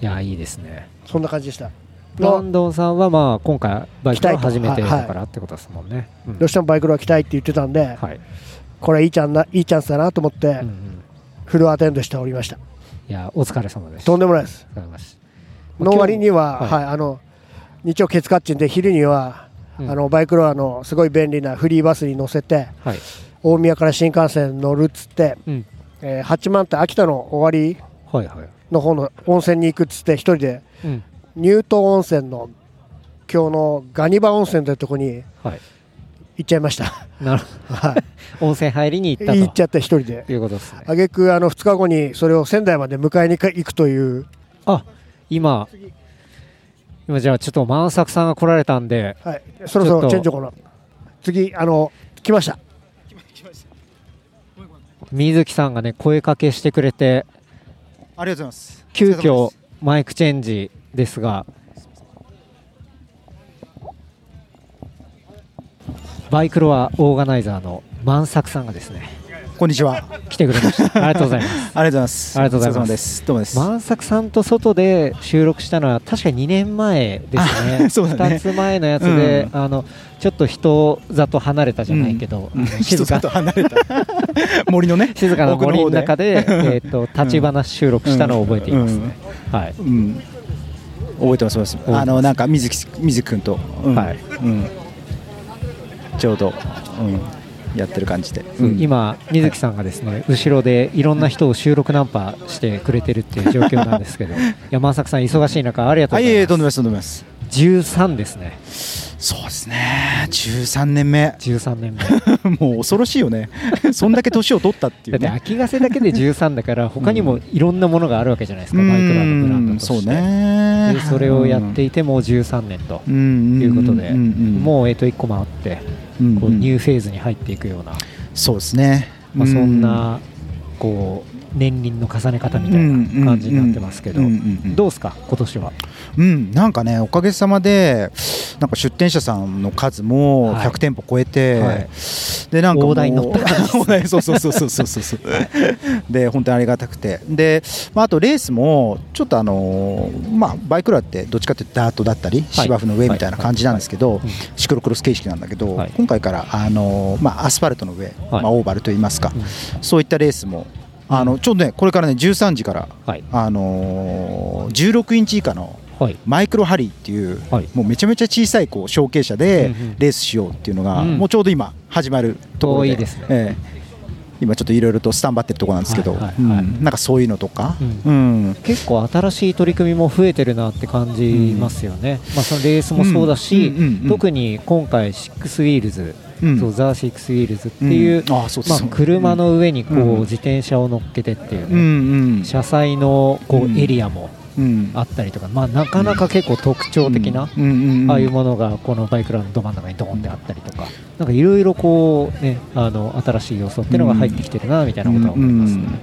いや、いいですね、そんな感じでしたロのンドンさんは、まあ、今回、バイクは来たい初とめてはいだからってことですもんね、うんどうしてもバイクロア来たいって言ってたんで、はい、これいいチャンないいチャンスだなと思って、うん、うん、フルアテンドしておりましたいや、お疲れ様でした、とおんでもないです疲れ様でしたまあの割には、今日ははいあの日曜ケツカッチンで昼には、うんあのバイクロアのすごい便利なフリーバスに乗せてはい、大宮から新幹線乗るっつって、うん、えー八幡って秋田の終わりはい、はい、の方の温泉に行くっつって一人でうん、乳頭温泉の今日のガニバ温泉というとこにはい、行っちゃい [LAUGHS] ました、なるほはい、ど、温泉入りに行ったと [LAUGHS] 行っちゃった一人でいうことですね。挙句あの2日後にそれを仙台まで迎えに行くという、あ今、今じゃあちょっと万作さんが来られたんで、はい、そろちょそろっとチェンジョコの次あの来ました水木さんがね、声かけしてくれて、ありがとうございます。急遽マイクチェンジですが、バイクロアオーガナイザーの万作さんがですね、こんにちは。あり来てくれました。ありがとうございます。がとうございます。ありがとうございますお疲れ様です。どうもです。万作さんと外で収録したのは確か2年前ですね、あ [LAUGHS] そうだね2つ前のやつで、うあのちょっと人里離れたじゃないけど、うん静か [LAUGHS] 人里離れ [LAUGHS] た森のね、静かな奥森の方で中で、えっと、立ち話収録したのを覚えていますね。はい。うん、覚えてます覚えてます。あのなんか水木水木君と、うんはいうんちょうど、うんやってる感じで。うん今、水木さんがですね、後ろでいろんな人を収録ナンパしてくれてるっていう状況なんです [LAUGHS] けど、山作さん、忙しい中、ありがとうはごい、いえいざえいとんでもま。ないですすとんでも13ないです。ですね、。そうですね。十三年目13年目。 [LAUGHS] もう恐ろしいよね。 [LAUGHS] そんだけ年を取ったっていだうって、ね。秋ヶ瀬だけで13だから、他にもいろんなものがあるわけじゃないですか、バイクラーのブランドうんとして。そうねで。それをやっていて、もう13年と。うんいうことで、うんうんうんうんもうえっと1個回って、うんうんこうニューフェーズに入っていくような、そうですね、まあ、そんうなこう年輪の重ね方みたいな感じになってますけどうんうんうんうんうんうんどうですか今年はうん、なんかねおかげさまでなんか出店者さんの数もはい100店舗超えて、はいでなんかもう大台に乗った [LAUGHS] 大台そうそうそうそうそうそうそうで本当にありがたくてで、まあ、あとレースもちょっとあのーまあ、バイクラってどっちかっていうとダートだったり芝生の上みたいな感じなんですけど、いはいシクロクロス形式なんだけど、はい今回から、あのーまあ、アスファルトの上、まあ、オーバルといいますか、そういったレースもあのちょうどねこれからね13時から、はいあのー16インチ以下のはいマイクロハリーっていう、はいもうめちゃめちゃ小さいこう小径車うんでうんレースしようっていうのが、うんもうちょうど今始まるところで遠いですねええ今ちょっといろいろとスタンバってるところなんですけど、はいはいはいうんなんかそういうのとか、ううん結構新しい取り組みも増えてるなって感じますよね、まあ、そのレースもそうだし、うんうんうんうん特に今回、シックスウィールズ、うんそうザ・シックスウィールズっていう、うんあそうまそあう、車の上にこう、うん自転車を乗っけてっていううんうね、ん車載のこううんエリアもうんあったりとか、まあ、なかなか結構特徴的な、うんうんうんああいうものがこのバイクラのど真ん中にドーンってあったりとか、なんかいろいろこう、ね、あの新しい要素っていうのが入ってきてるなみたいなことは思いますね。うんうん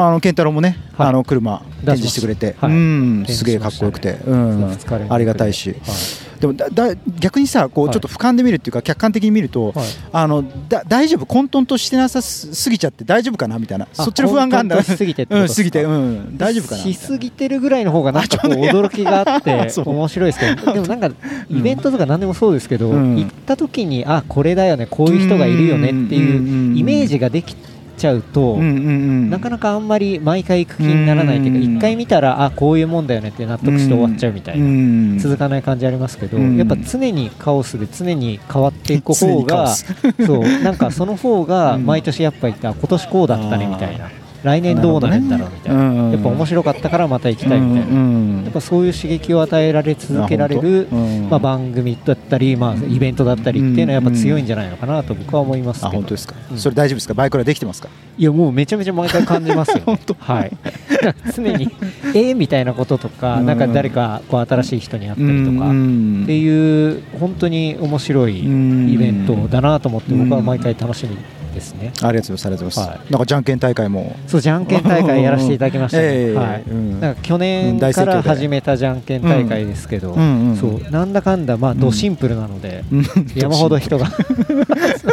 あの健太郎もね、はいあの車展示してくれて、出しましたはいうん、展示すげえかっこよくて、うんそう二日連続でありがたいし、はいでもだだ逆にさ、こうはいちょっと俯瞰で見るっていうか、客観的に見ると、はいあのだ大丈夫、混沌としてなさすすぎちゃって、大丈夫かなみたいな、あそっちの不安があるんだ、混沌としすぎてってこうとでん、すか過ぎて、うん、大丈夫かなしたみいなすぎてるぐらいの方がなんかこうあちょう驚どきがあって [LAUGHS] そう面白いですけ [LAUGHS] どでもなんかイベントとか何でもそうですけどうん行った時にあこれだよねこういう人がいるよねっていうイメージができちゃうとうんうんうん、なかなかあんまり毎回行く気にならないといううかん一回見たらあこういうもんだよねって納得して終わっちゃうみたいなな続かない感じありますけどうんやっぱ常にカオスで常に変わっていく [LAUGHS] 常方にカオがスそうなんかその方がうん毎年やっぱ行ったあ今年こうだったねみたいな来年どうなるんだろうみたいな。なやっぱ面白白かったからまた行きたいみたいな、やっぱそういう刺激を与えられ続けられる、まあ、番組だったり、まあ、イベントだったりっていうのはやっぱ強いんじゃないのかなと僕は思いますけあど本当ですか、うんそれ大丈夫ですかバイクラできてますかいやもうめちゃめちゃ毎回感じ [LAUGHS] ますよ、ねはい、 [LAUGHS] 常にえみたいなこととか,、うんなんか誰かこう新しい人に会ったりとか、んっていう本当に面白いイベントだなと思って僕は毎回楽しみですね。ありがとうございますありがとうございます、はなんかじゃんけん大会もそうじゃんけん大会やらせていただきましたええね、はい [LAUGHS] うんなんか去年大盛か況でら始めたじゃんけん大会ですけど、うんうんそうなんだかんだ、まあ、んどシンプルなので、うん [LAUGHS] 山ほど人 [LAUGHS] が集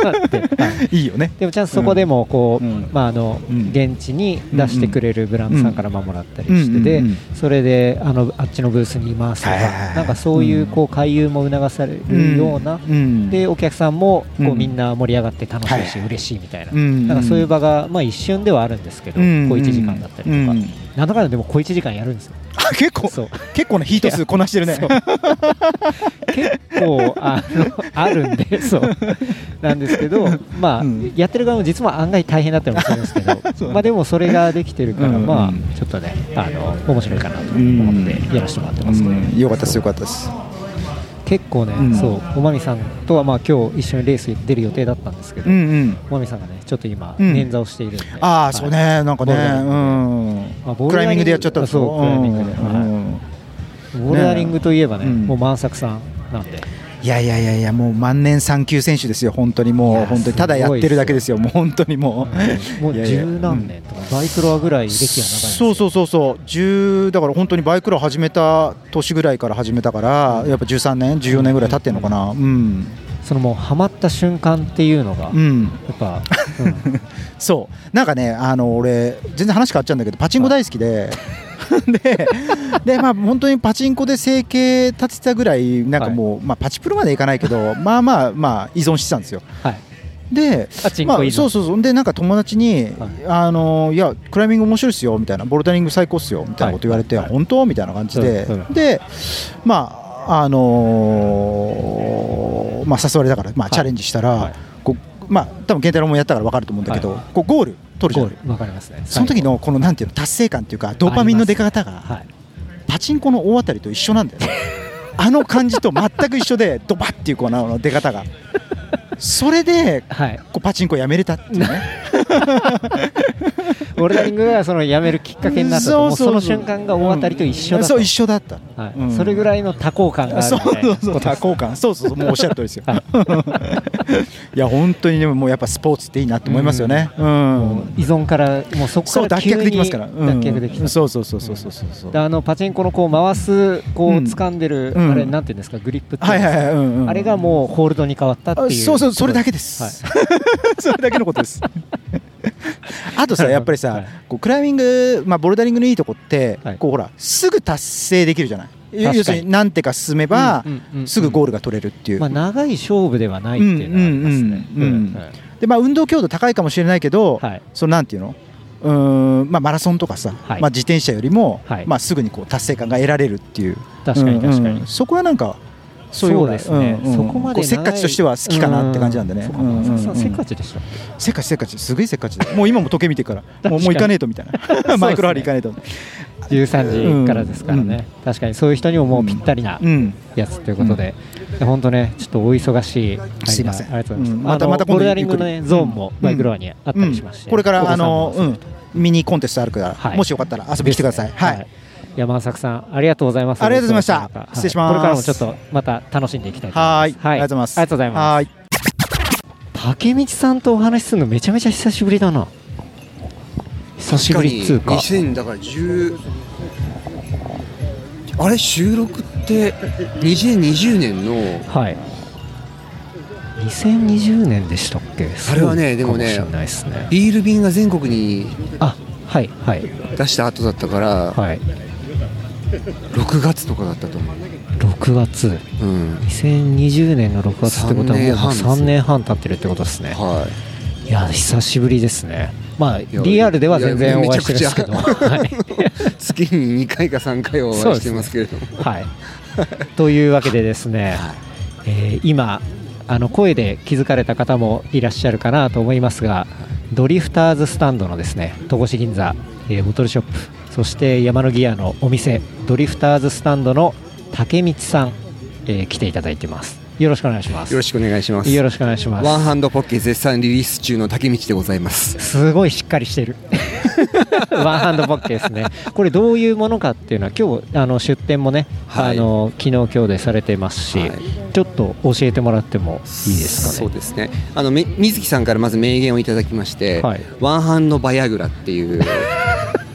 まって、はいいいよねでもちゃんとそこでもこう、うんまあ、あのうん現地に出してくれるブランドさんから守らったりしてで、うんうんうんそれであのあっちのブースにいますとか、はいはいはいなんかそういうこう回遊も促されるような。んでお客さんもこううんみんな盛り上がって楽しいしはい嬉しいみたいな,、うんなんかそういう場が、まあ、一瞬ではあるんですけど、うん小1時間だったりとか、うんなんだかんだでも小1時間やるんですよあ結構そう結構ねヒート数こなしてるねそう結構あのあるんでそうなんですけど、まあうんやってる側も実は案外大変だったりもするんですけど [LAUGHS] そうまあ、でもそれができてるから、うんまうあ、ちょっとねあの面白いかなと思ってやらせてもらってますね。うんよかったですよかったです結構ね、んそうおまみさんとはまあ今日一緒にレース出る予定だったんですけど、うんうんおまみさんがねちょっと今うん捻挫をしているんで、あはあいそうねなんかねボルダリングでうまあボんクルダラリングイミングでやっちゃったんですよそうクライミングでうんボルダリングといえばね、うんもう満作さんなんでいやいやいやいやもう万年産休選手ですよ本当にいもうや本す当にごいただやってるだけですよもう本当にもうもういやいや十何年とかバイクロアぐらい歴は長いんですそうそうそうそう10だから本当にバイクロ始めた年ぐらいから始めたからやっぱ13年14年ぐらい経ってるのかなうんそのもうハマった瞬間っていうのが、うやんっぱ、うんそうなんかねあの俺全然話変わっちゃうんだけどパチンコ大好きで、 [LAUGHS] ででまあ本当にパチンコで生計立ててたぐらいなんかもう、まあパチプロまでいかないけどまあまあまあ依存してたんですよはい、でパチンまコ依あ、存そうそうそうでなんか友達に、はいあのいやクライミング面白いっすよみたいなボルダリング最高っすよみたいなこと言われて、はい本当みたいな感じで、うんうんでまああのーまあ誘われたから、まあ、チャレンジしたら、はいこうまあ多分健太郎もやったから分かると思うんだけど、はいこうゴール取るじゃゴんールわかりますねその時のこのなんていうの達成感っていうかドーパミンの出方が、最後はいパチンコの大当たりと一緒なんだよねあの感じと全く一緒でドバッっていうこうあの出方がそれではいこうパチンコやめれたっていうねボルダリングがそのやめるきっかけになったともうそそうそうそうの瞬間が大当たりと一緒だったそう一緒だったはいうんそれぐらいの多幸感があるそうみたいなそうそう多幸感そうそうそうもうおっしゃる通 [LAUGHS] りですよはいいや本当にでももうやっぱスポーツっていいなと思いますよねうん、依存からもうそこそうから脱急に却できますから、うん脱却できたそうそうそうそうそうそうそうであのパチンコのこう回すこううん掴んでる、うんあれなんていうんですかグリップっていはういんですはいかはい、うんうん、あれがもうホールドに変わったっていうあそうそうそれだけです、 [LAUGHS] それだけのことです [LAUGHS] あとさやっぱりさ、はいこうクライミング、まあ、ボルダリングのいいとこって、はいこうほらすぐ達成できるじゃないかに要するに何手か進めば、うんうんうんうんすぐゴールが取れるっていう、まあ、長い勝負ではないっていうのはありますね。うんうんうんはいでまあ、運動強度高いかもしれないけど、はいそのなんていうのうーんまあ、マラソンとかさ、はいまあ、自転車よりも、はいまあ、すぐにこう達成感が得られるっていう確かに確かうんに、うんそこはなんかそういうですね、うんうんそこまでうせっかちとしては好きかなって感じなんでねうそううんうんうん松田さんせっかちでしたっせっかちせっかちすごいせっかちだ [LAUGHS] もう今も時計見てるからもうもう行かねえとみたいすねな [LAUGHS] マイクロハリ行かねえとけ13時からですからね、確かにそういう人にももうぴったりなうんやつということで、本当ね、ちょっとお忙しい間、すいませんありがとうございます、うんまたあのまた今度ボルダリングの、ゆね、っくりゾーンもバイクロアにあったうんりしますし、これからあのお子さんもうんミニコンテストあるから、はいもしよかったら遊びに来てください、はい、山作さんありがとうございますありがとうございましたはい失礼しますこれからもちょっとまた楽しんでいきたいとは思ーいいますありがとうございますありがとうございますはい竹道さんとお話しするのめちゃめちゃ久しぶりだな久しぶりっつうか2000だから10あれ収録って2020年のはい2020年でしたっけあれはねそうかでもねしれないですねビール瓶が全国にあはいはい出した後だったからはい6月とかだったと思う、 6月うん2020年の6月ってことはもう3年半経ってるってことですねはい [LAUGHS] いや久しぶりですねまあやリアルでは全然いやお会いしてるんですけどめちゃくち [LAUGHS] ゃはい月に2回か3回 [LAUGHS] はお会いしてますけれども、はい、というわけでですね、えー今あの声で気づかれた方もいらっしゃるかなと思いますがドリフターズスタンドのですね戸越銀座、えーボトルショップそして山のギアのお店ドリフターズスタンドの竹道さん、えー来ていただいてますよろしくお願いしますよろしくお願いしますよろしくお願いしますワンハンドポッケ絶賛リリース中の竹道でございますすごいしっかりしてる [LAUGHS] ワンハンドポッケですねこれどういうものかっていうのは今日あの出店もね、はいあの昨日今日でされてますし、はいちょっと教えてもらってもいいですそかうねですねあのみ水木さんからまず名言をいただきまして、はいワンハンドバイアグラっていう [LAUGHS]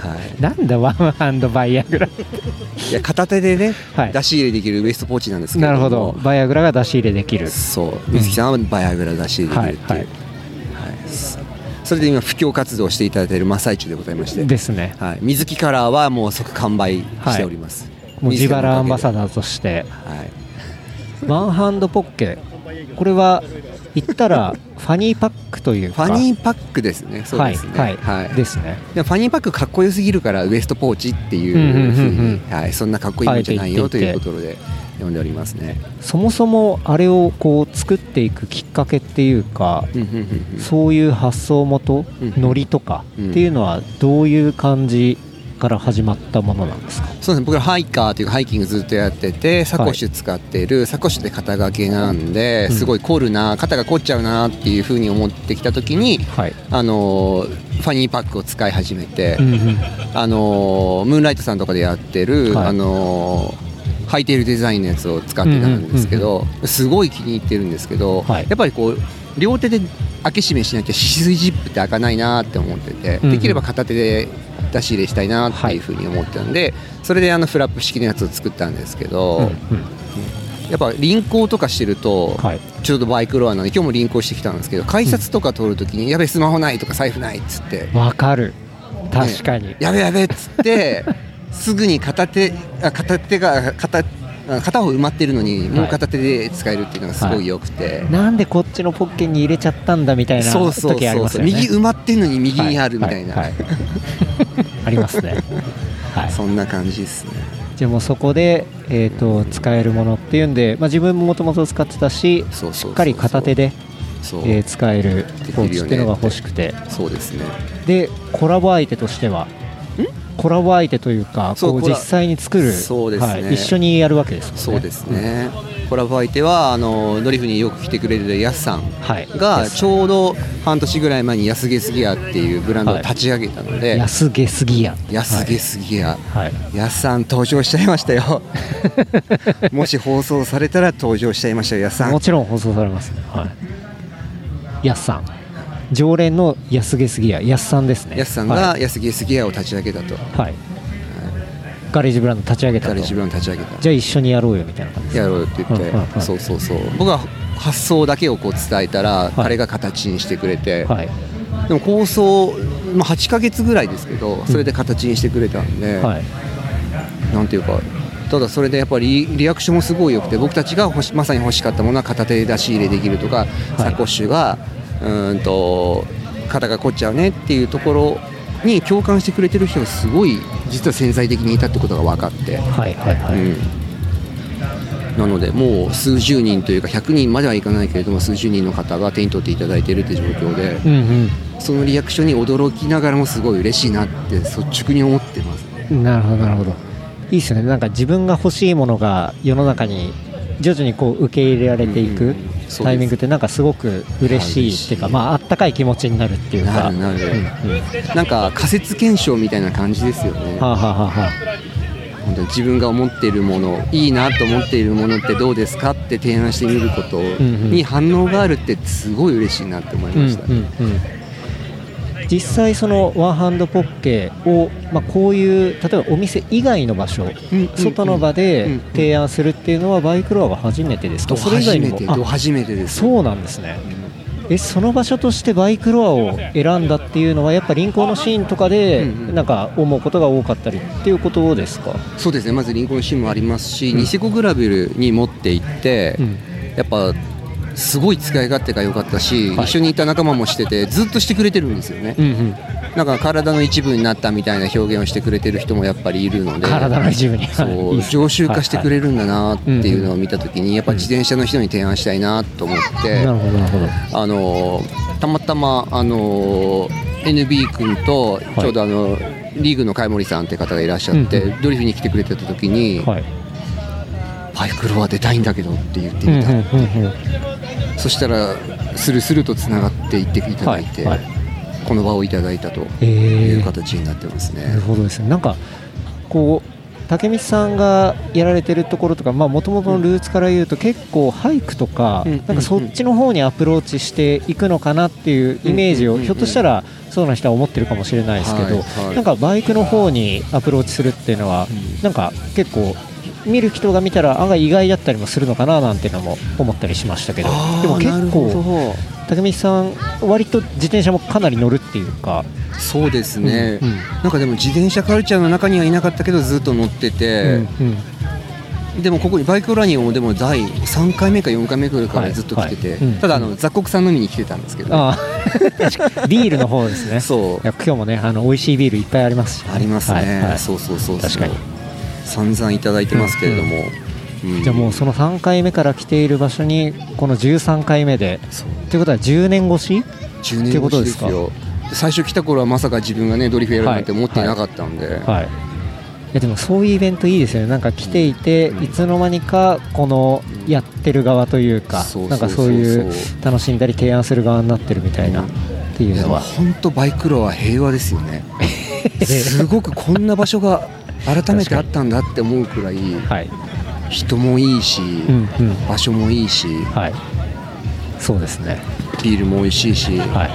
はいなんだワンハンドバイアグラいや片手でね、はい出し入れできるウエストポーチなんですけれなどるもほどバイアグラが出し入れできるそう水木さんはバイアグラ出し入れできるっていう、はいはいそそれで今布教活動をしていただいている真っ最中でございましてですねはい、水木カラーはもう即完売しております、もう自腹アンバサダダーとしてー、はい、ワンハンドポッケこれは言ったらファニーパックというフかァニーーパックですねそうですねはい、はいですねでもファニーパックかっこよすぎるからウエストポーチっていうふうんうんうんうに、はい、そんなかっこいいもんじゃないよあえとてい言うっていてことで読んでおりますね。そもそもあれをこう作っていくきっかけっていうかうんうんうんうんそういう発想元、うんノリとかうんっていうのはどういう感じから始まったものなんですか、そうですね僕らハイカーというかハイキングずっとやっててサコッシュ使ってる、サコッシュって肩掛けなんでうんすごい凝るな肩が凝っちゃうなっていうふうに思ってきた時に、はいあのーファニーパックを使い始めて、うんうん、あのームーンライトさんとかでやってる、はいあのー履いているデザインのやつを使ってたんですけど、すごい気に入ってるんですけど、はいやっぱりこう両手で開け閉めしなきゃ止水ジップって開かないなって思ってて、うんうんできれば片手で出し入れしたいなっていうふうに思ってたんで、それであのフラップ式のやつを作ったんですけど、うんやっぱ輪行とかしてると、はいちょうどバイクロアなんで今日も輪行してきたんですけど改札とか通るときに、やべスマホないとか財布ないっつってわかる確かに、やべやべっつって [LAUGHS] すぐに片手あ片手が片あ片方埋まってるのにもう片手で使えるっていうのがすごい良くて、なんでこっちのポッケに入れちゃったんだみたいなそうそう時ありそうますそう、よね右埋まってるのに右にあるみたいな、はいはい [LAUGHS] はいあります [LAUGHS] ね、はい、そんな感じですねじゃあもうそこで、えー、と使えるものっていうんで、まあ、自分ももともと使ってたしそうそうそうしっかり片手で、そう、えー使えるポーチっていうのが欲しくてそうですねでコラボ相手としてはコラボ相手というかそうこうコラ実際に作るそうですねはい、一緒にやるわけですもんねそうですね、コラボ相手はあのドリフによく来てくれるヤスさんはいがちょうど半年ぐらい前に安げすぎやっていうブランドを立ち上げたので、安げすぎや安げすぎや、はい、はいやすさん登場しちゃいまし [LAUGHS] たよもし放送されたら登場しちゃいましたよやすさんもちろん放送されますね、はい、やすさん常連の安げすぎややすさんですねやすさんはがい、安げすぎやを立ち上げたとはいガレージブランド立ち上げた彼とじ自ゃ分を立ち上げたあ一緒にやろうよみたいな感じやろうよって言って、うんうんうんそうそうそう僕は発想だけをこう伝えたら、彼が形にしてくれて、はいでも構想、まあ、8ヶ月ぐらいですけどそれで形にしてくれたんで、はいなんていうかただそれでやっぱりリリアクションもすごい良くて僕たちが欲しまさに欲しかったものは片手で出し入れできるとか、サコッシュがうーんと肩が凝っちゃうねっていうところに共感してくれてる人がすごい実は潜在的にいたってことが分かって、はいはいはい、うんなのでもう数十人というか100人まではいかないけれども数十人の方が手に取っていただいているって状況でうんそのリアクションに驚きながらもすごい嬉しいなって率直に思ってますね。うんなるほどなるほどいいですよねなんか自分が欲しいものが世の中に徐々にこう受け入れられていうんうくんそうですタイミングってなんかすごく嬉しいっていうか、はいまああったかい気持ちになるっていうかなるなるうんうんはなんか仮説検証みたいな感じですよねあ、はあはあはあ本当に自分が思っているものいいなと思っているものってどうですかって提案してみることんうんに反応があるってすごい嬉しいなって思いました、うんうんうん実際そのワンハンドポッケを、まあ、こういう例えばお店以外の場所、うん外の場で提案するっていうのはバイクロアが初めてですかどそれ以外に初めもてあど初めてですそうなんですねえその場所としてバイクロアを選んだっていうのはやっぱ臨港のシーンとかでうんうんなんか思うことが多かったりっていうことですか、そうですねまずリンコのシーンもありますし、ニセコグラベルに持って行って、うんやっぱすごい使い勝手が良かったし、はい一緒にいた仲間もしててずっとしてくれてるんですよね、うんうん、なんか体の一部になったみたいな表現をしてくれてる人もやっぱりいるので体の一部にそ [LAUGHS] いいうですね常習化してくれるんだなっていうのはを見た時にやっぱ自転車の人に提案したいなと思っいはいてなるほどなるほどあのたまたまあの NB 君といちょうどあのリーグの貝森さんって方がいらっしゃってうんドリフに来てくれてた時にはい「バイクロア出たいんだけど」って言ってうんうみんたうんうんそしたらスルスルとつながっていっていただいてはいはいこの場をいただいたとえーいう形になってますなねる。ほどですね。なんかこう竹光さんがやられてるところとか、まあ元々のルーツから言うと結構俳句とか、うんなんかそっちの方にアプローチしていくのかなっていうイメージを、うんひょっとしたらそうな人は思ってるかもしれないですけど、はいはいなんかバイクの方にアプローチするっていうのは、うんなんか結構。見る人が見たら案外意外だったりもするのかななんていうのも思ったりしましたけどあーでもなる結ほど構竹光さん割と自転車もかなり乗るっていうか、そうですね、うんうんなんかでも自転車カルチャーの中にはいなかったけどずっと乗ってて、うんうんでもここにバイクラニオンをでも第3回目か4回目くらいからずっと来てて、はいはいうんただあの雑穀さん飲みに来てたんですけど、ああ確かに [LAUGHS] ビールの方ですねそういや今日もねあの美味しいビールいっぱいありますしね、ありますね、はいはいそうそうそうそう確かに散々いただいてますけれども、うんじゃあもうその3回目から来ている場所にこの13回目でそうということは10年越し10って年こと越しでですすかよ最初来た頃はまさか自分がねドリフやるなんて思っていなかったんで、はいいやでもそういうイベントいいですよねなんか来ていて、うんいつの間にかこのやってる側というか、そうそうそなんかうそうそういう楽しんだり提案する側になってるみたいな、うんっていいうやのは本当バイクロは平和ですよね [LAUGHS] すごくこんな場所が改めてあったんだって思うくらいはい、人もいいし、うんうん場所もいいしはい、そうですねビールも美味しいし、はい、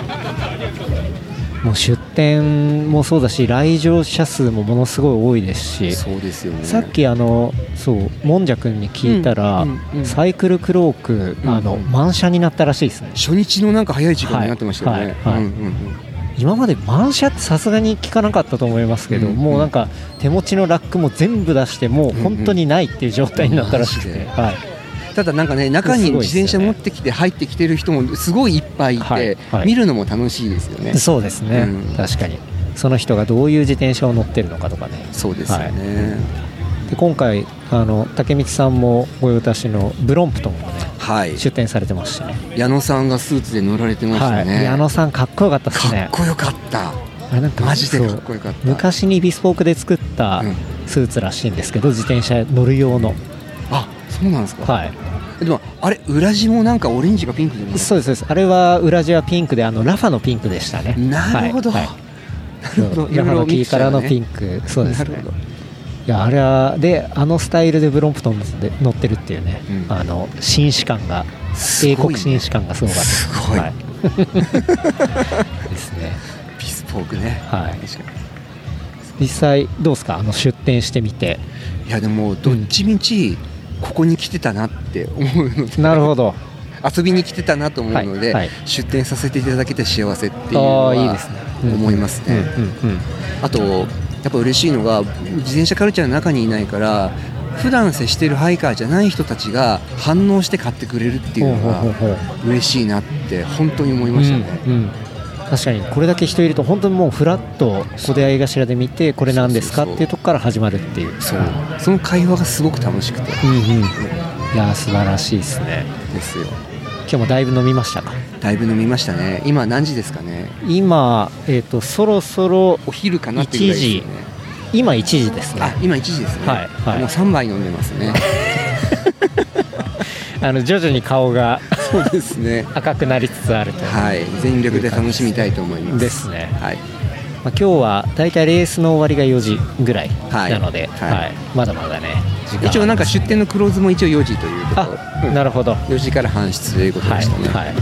もう出店もそうだし来場者数もものすごい多いですしそうですよねさっきあのそうもんじゃくんに聞いたら、うんうんうんサイクルクローク、うんあの満車になったらしいですね初日のなんか早い時間になってましたよね、はいはいはいうんうんうん今まで満車ってさすがに聞かなかったと思いますけど、うんうんもうなんか手持ちのラックも全部出してもう本当にないっていう状態になったらしくて、うんうんマジはい、ただなんかね中にすごい自ですよね転車持ってきて入ってきてる人もすごいいっぱいいて、はいはい見るのも楽しいですよねそうですね、うん確かにその人がどういう自転車を乗ってるのかとかねそうですよねで今回あの竹光さんもご用達のブロンプトンもねはい、出店されてましたね矢野さんがスーツで乗られてましはたいね、矢野さんかっこよかったですかねっこよかったあれなんかマジでそうかっこよかった昔にビスポークで作ったうんスーツらしいんですけど自転車乗る用のあそうなんですか、はいでもあれ裏地もなんかオレンジかピンクじゃないそうですそうですあれは裏地はピンクであのラファのピンクでしたねなるほど、はいはいなるほどラファのキーからのピンクク、そうですなねるほどいやあれはであのスタイルでブロンプトンで乗ってるっていうね、うんあの紳士感が、すごい英ね国紳士感がすごかったすごいはい [LAUGHS] ですねビスポークねはい確か実際どうですかあの出店してみてにいやでもどっちみちここに来てたなって思うのでなるほど遊びに来てたなと思うので、はいはい出店させていただけて幸せっていうのあはあいいですねうん思いますうね、んうんうんあとやっぱ嬉しいのが自転車カルチャーの中にいないから普段接してるハイカーじゃない人たちが反応して買ってくれるっていうのがほうほうほう嬉しいなって本当に思いましたね、うんうん確かにこれだけ人いると本当にもうフラッと小出会い頭で見てこれなんですかそうそうそうっていうとこから始まるっていうそうその会話がすごく楽しくてうんうんいやー素晴らしいですねですよ今日もだいぶ飲みましたかだいぶ飲みましたね今何時ですかね今えっ、とそろそろお昼かなっていうぐらいですよね今1時ですねあ今1時ですね、はいはいもう3杯飲んでま [LAUGHS] すねあの徐々に顔が [LAUGHS] そうですね赤くなりつつあるとはい全力で楽しみたいと思いますですねはいまあ、今日は大体レースの終わりが4時ぐらいはいなので、ははいいまだまだね時間一応なんか出店のクローズも一応4時ということあなるほど4時から搬出ということでしたねはいはいい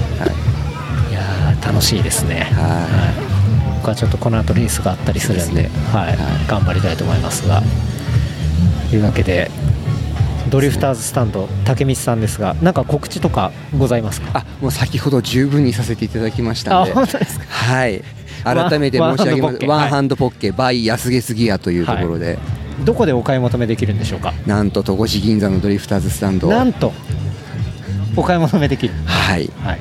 やー楽しいですねははい僕はちょっとこの後レースがあったりするんでですねはいはい頑張りたいと思いますがというわけでドリフターズスタンド竹光さんですがなんか告知とかございますかあもう先ほど十分にさせていただきましたんであ本当ですかはい改めて申し上げますワワンハンハンドポッケ by 安月ギアというところで、どこでお買い求めできるんでしょうかなんと戸越銀座のドリフターズスタンドなんとお買い求めできるはいはい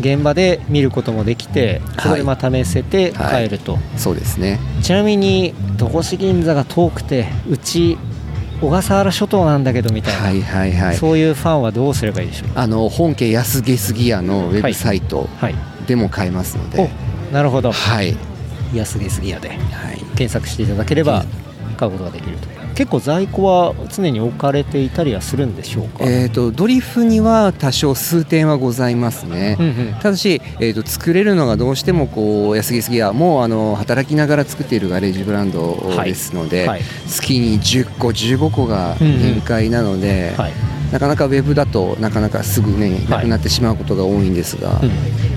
現場で見ることもできてそこでまあ試せてはい帰ると、そうですねちなみに戸越銀座が遠くてうち小笠原諸島なんだけどみたいな、はいはいはいそういうファンはどうすればいいでしょうあの本家安月ギアのウェブサイトはいでも買えますので、はいおなるほどはい、安月ギアで検索していただければ買うことができると結構在庫は常に置かれていたりはするんでしょうか、えー、とドリフには多少数点はございますね、うんうんただし、えー、と作れるのがどうしてもこう安月ギアもあの働きながら作っているガレージブランドはいですので、はい月に10個15個がうんうん限界なので、はいなかなかウェブだとなかなかすぐねなくなってしまうことが多いんですが、うん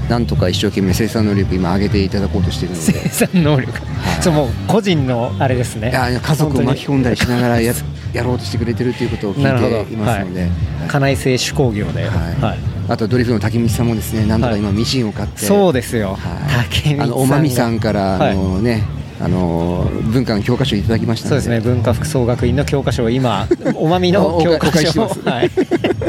なんとか一生懸命生産能力今上げていただこうとしているの生で産能力そうもう個人のあれですねいや家族を巻き込んだりしなが [LAUGHS] らややろうとしてくれてるということを聞なるほどいていますので。はい家内製手工業で、はいあとドリフの竹道さんもですねなんとか今ミシンを買って、そうですよ、はい竹光あさんがのおまみさんからはいあのね、あの文化の教科書いただきましたそうのでですね文化服装学院の教科書を今おまみの [LAUGHS] お教お科返しし書を、ます [LAUGHS] はい、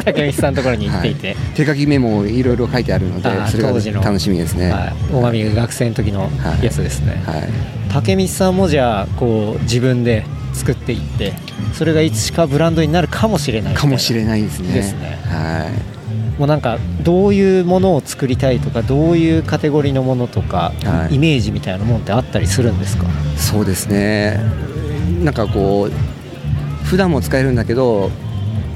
竹光さんのところに行っていはて、手書きメモをいろいろ書いてあるのあでーそれが当時の楽しみですね、はいおまみが学生の時のはいやつですね、はい竹光さんもじゃあこう自分で作っていってそれがいつしかブランドになるかもしれないかもしれないですねですねはいもうなんかどういうものを作りたいとかどういうカテゴリーのものとか、はいイメージみたいなもんってあったりするんです [LAUGHS] かそうですねなんかこう普段も使えるんだけど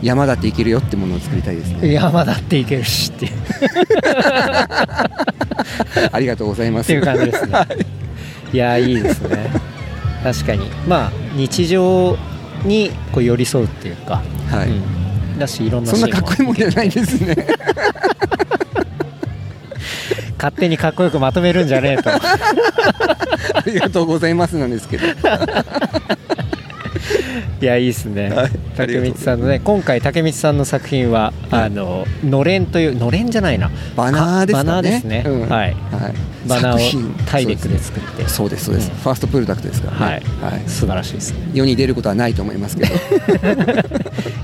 山だって行けるよってものを作りたいですね山だっていけるし [LAUGHS] っていうありがとうございまっすていう感じですね。いやーいいですね。確かにまあ日常にこう寄り添うっていうか、はいうんだしいろんなそんなシーかンもっこいいもんじゃないですね [LAUGHS] 勝手にかっこよくまとめるんじゃねえ [LAUGHS] とありがとうございますなんですけどいやいいですね、はいあり竹がとう光さんのね今回竹光さんの作品は、あののれんというのれんじゃないなバナーですかねバナーですね、うんはいはいバナ作品ーをタイレックで作ってそうですそうです、うんファーストプロダクトですからはいね、はい素晴らしいです [LAUGHS] ね世に出ることはないと思いますけ [LAUGHS] ど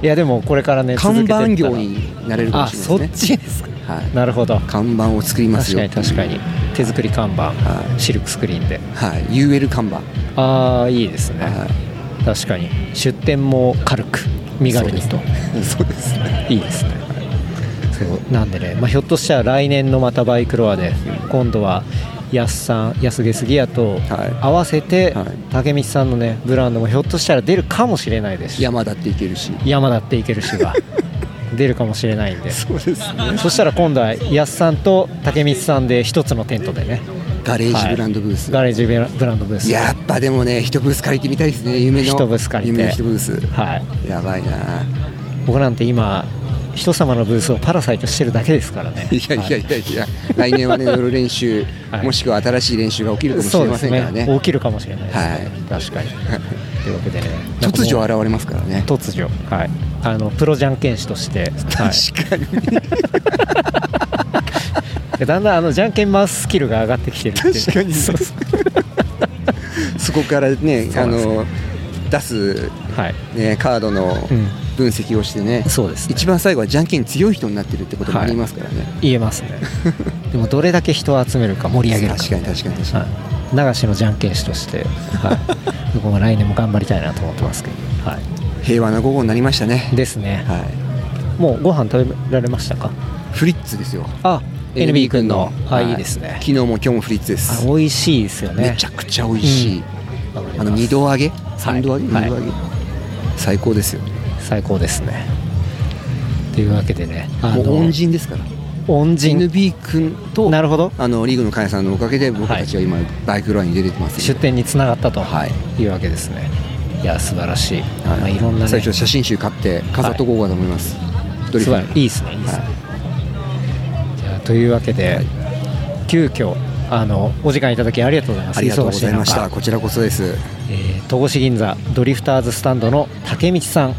いやでもこれからね続けて看ったら板業になれるかもあしそれないっですちねですかはい、なるほど看板を作ります確よかに確かに手作り看板、はいシルクスクリーンではい、UL 看板ああいいですね、は確かに出店も軽く身軽にと、 [LAUGHS] そうですねいいですねそうなんでね、まあ、ひょっとしたら来年のまたバイクロアで今度は安さん安毛杉谷とはい合わせて、はい竹道さんのねブランドもひょっとしたら出るかもしれないですし山だっていけるし山だっていけるしが [LAUGHS] 出るかもしれないんでそうですねそしたら今度は安さんと竹光さんで一つのテントでねガレージブランドブース、ガレージブランドブースやっぱでもね一ブース借りてみたいですね夢の一ブース借りて夢の一ブースはいやばいな僕なんて今人様のブースをパラサイトしてるだけですからねいやいやいやいや、来年はね、夜練習、はいもしくは新しい練習が起きるかもしそれうでますせんからねね、起きるかもしれないです、確かにというわけでね突なんかもう如現れますからね、突如はいあのプロじゃんけん士として、はい確かに、でだんだんあのじゃんけん回すスキルが上がってきてるっていう確かにそうそうそこからね、そうあなんですの出す、はいね、カードのうん分析をしてね、そうですね一番最後はじゃんけん強い人になってるってこともありますからね、言えますねでもどれだけ人を集めるか盛り上げるか確かに確かに確かに、はい、流しのじゃんけん師として、 [LAUGHS] はい、僕も来年も頑張りたいなと思ってますけど、は平和な午後になりましたねい、、ですね、はもうご飯食べられましたかい、フリッツですよ、あ NB 君のあ、、はいいですね昨日も今日もフリッツあです、美味しいですよねめちゃくちゃ美味しい、わかりまあすの二度揚げ、三度揚げ、はい二度揚げ、最高ですよ。最高ですねというわけでねあものう恩人ですから恩人 NB 君となるほどあのリーグの会さんのおかげで僕たちは今バイクロアに出れてます出よ、店につながったとはいいうわけですね、い、や素晴らしい、はいまあ、いろんな、ね、最初写真集買って飾っとこうかと思います、ドリすフごいにいいですねいいですね、じゃあというわけで、急遽あのお時間いただきありがとうございますありがとうございまし忙たいこちらこそです中えー戸越銀座ドリフターズスタンドの竹道さん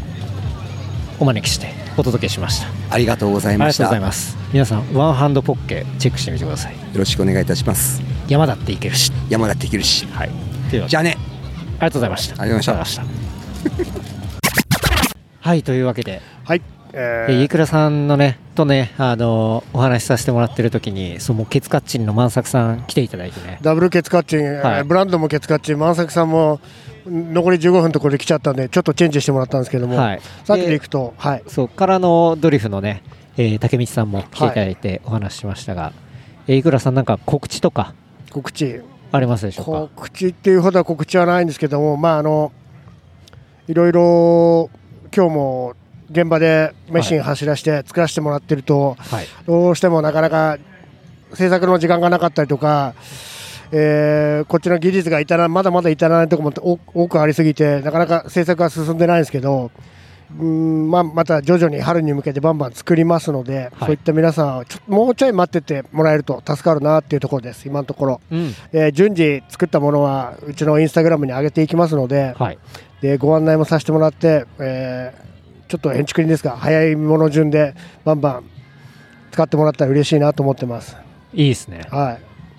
お招きしてお届けしましたありがとうございありまがしとうたございよます皆さんワンハンドポッケチェックしてみてくださいろしくお願いいたします山だっていけるし山田っていけるしはいというわけでじゃあねありがとうございましたありがとうございまありがとうございました [LAUGHS] はいというわけではい、ええーー、飯倉さんのねとねあのーお話しさせてもらってる時にそのケツカッチンの万作さん来ていただいてねダブルケツカッチン、えーはいブランドもケツカッチン、万作さんもん残り15分のところで来ちゃったんで、ちょっとチェンジしてもらったんですけども、はいさっきでいくと、はい、そうからのドリフのね、えー竹道さんも来ていただいてお話ししましたが、えー飯倉さんなんか告知とか告知、ありますでしょうか告知っていうほどは告知はないんですけども、まあ、あのいろいろ今日も現場でメシン走らせて作らせてもらってると、はいどうしてもなかなか制作の時間がなかったりとか、えーこっちの技術が至らまだまだ至らないところも多多くありすぎてなかなか制作が進んでないんですけどうーん、まあ、また徐々に春に向けてバンバン作りますので、はいそういった皆さんはちょもうちょい待っててもらえると助かるなっていうところです今のところ、うんえー順次作ったものはうちのインスタグラムに上げていきますので、はいでご案内もさせてもらって、えーちょっと変築にですが早いもの順でバンバン使ってもらったら嬉しいなと思ってます。いいですねはい、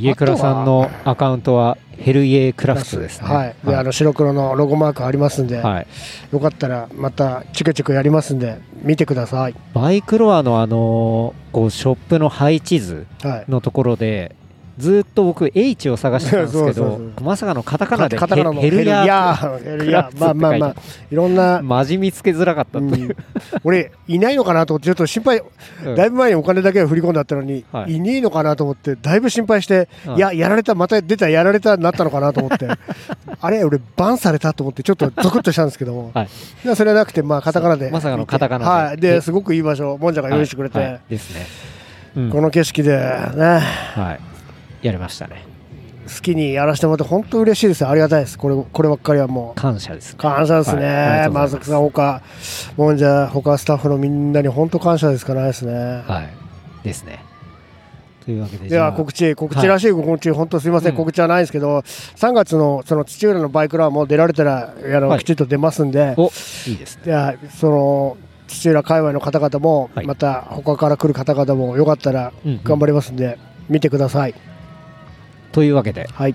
家倉さんのアカウントはヘルイエクラフトですねはい、ではあの白黒のロゴマークありますんで、いはいよかったらまたチクチクやりますんで見てください。バイクロアのあのーこうショップの配置図はい。のところでずっと僕 H を探してたんですけどそうそうそまさかのカタカナでカタカナのヘルヤーーヘルヤー [LAUGHS] クラッツって書いてまあまあまあいろんな、マジ見つけづらかったうっていんう、、俺いないのかなと思ってちょっと心配、うんだいぶ前にお金だけは振り込んだったのに、はいい、ねえのかなと思ってだいぶ心配して、うんいややられたまた出たやられたになったのかなと [LAUGHS] 思ってあれ俺バンされたと思ってちょっとゾクッとしたんですけども、はいでそれはなくてまあカタカナでまさかのカタカナではい、ですごくいい場所もんじゃが用意してくれて、はいはいですね、うんこの景色でねはいやりましたね好きにやらせてもらって本当嬉しいですありがたいですこれこればっかりはもう感謝ですね感謝ですね、はいありがとうございま満す足さんほかもんじゃほかスタッフのみんなに本当感謝ですかないですね、はいですねというわけででは告知知、告知らしい告知、本当すみません、うん告知はないんですけど、3月のその土浦のバイクランも出られたら、あのはいきちっと出ますんで、おいいですねではその土浦界隈の方々も、はいまた他から来る方々も、よかったらうんうん頑張りますんで、見てください。というわけではい、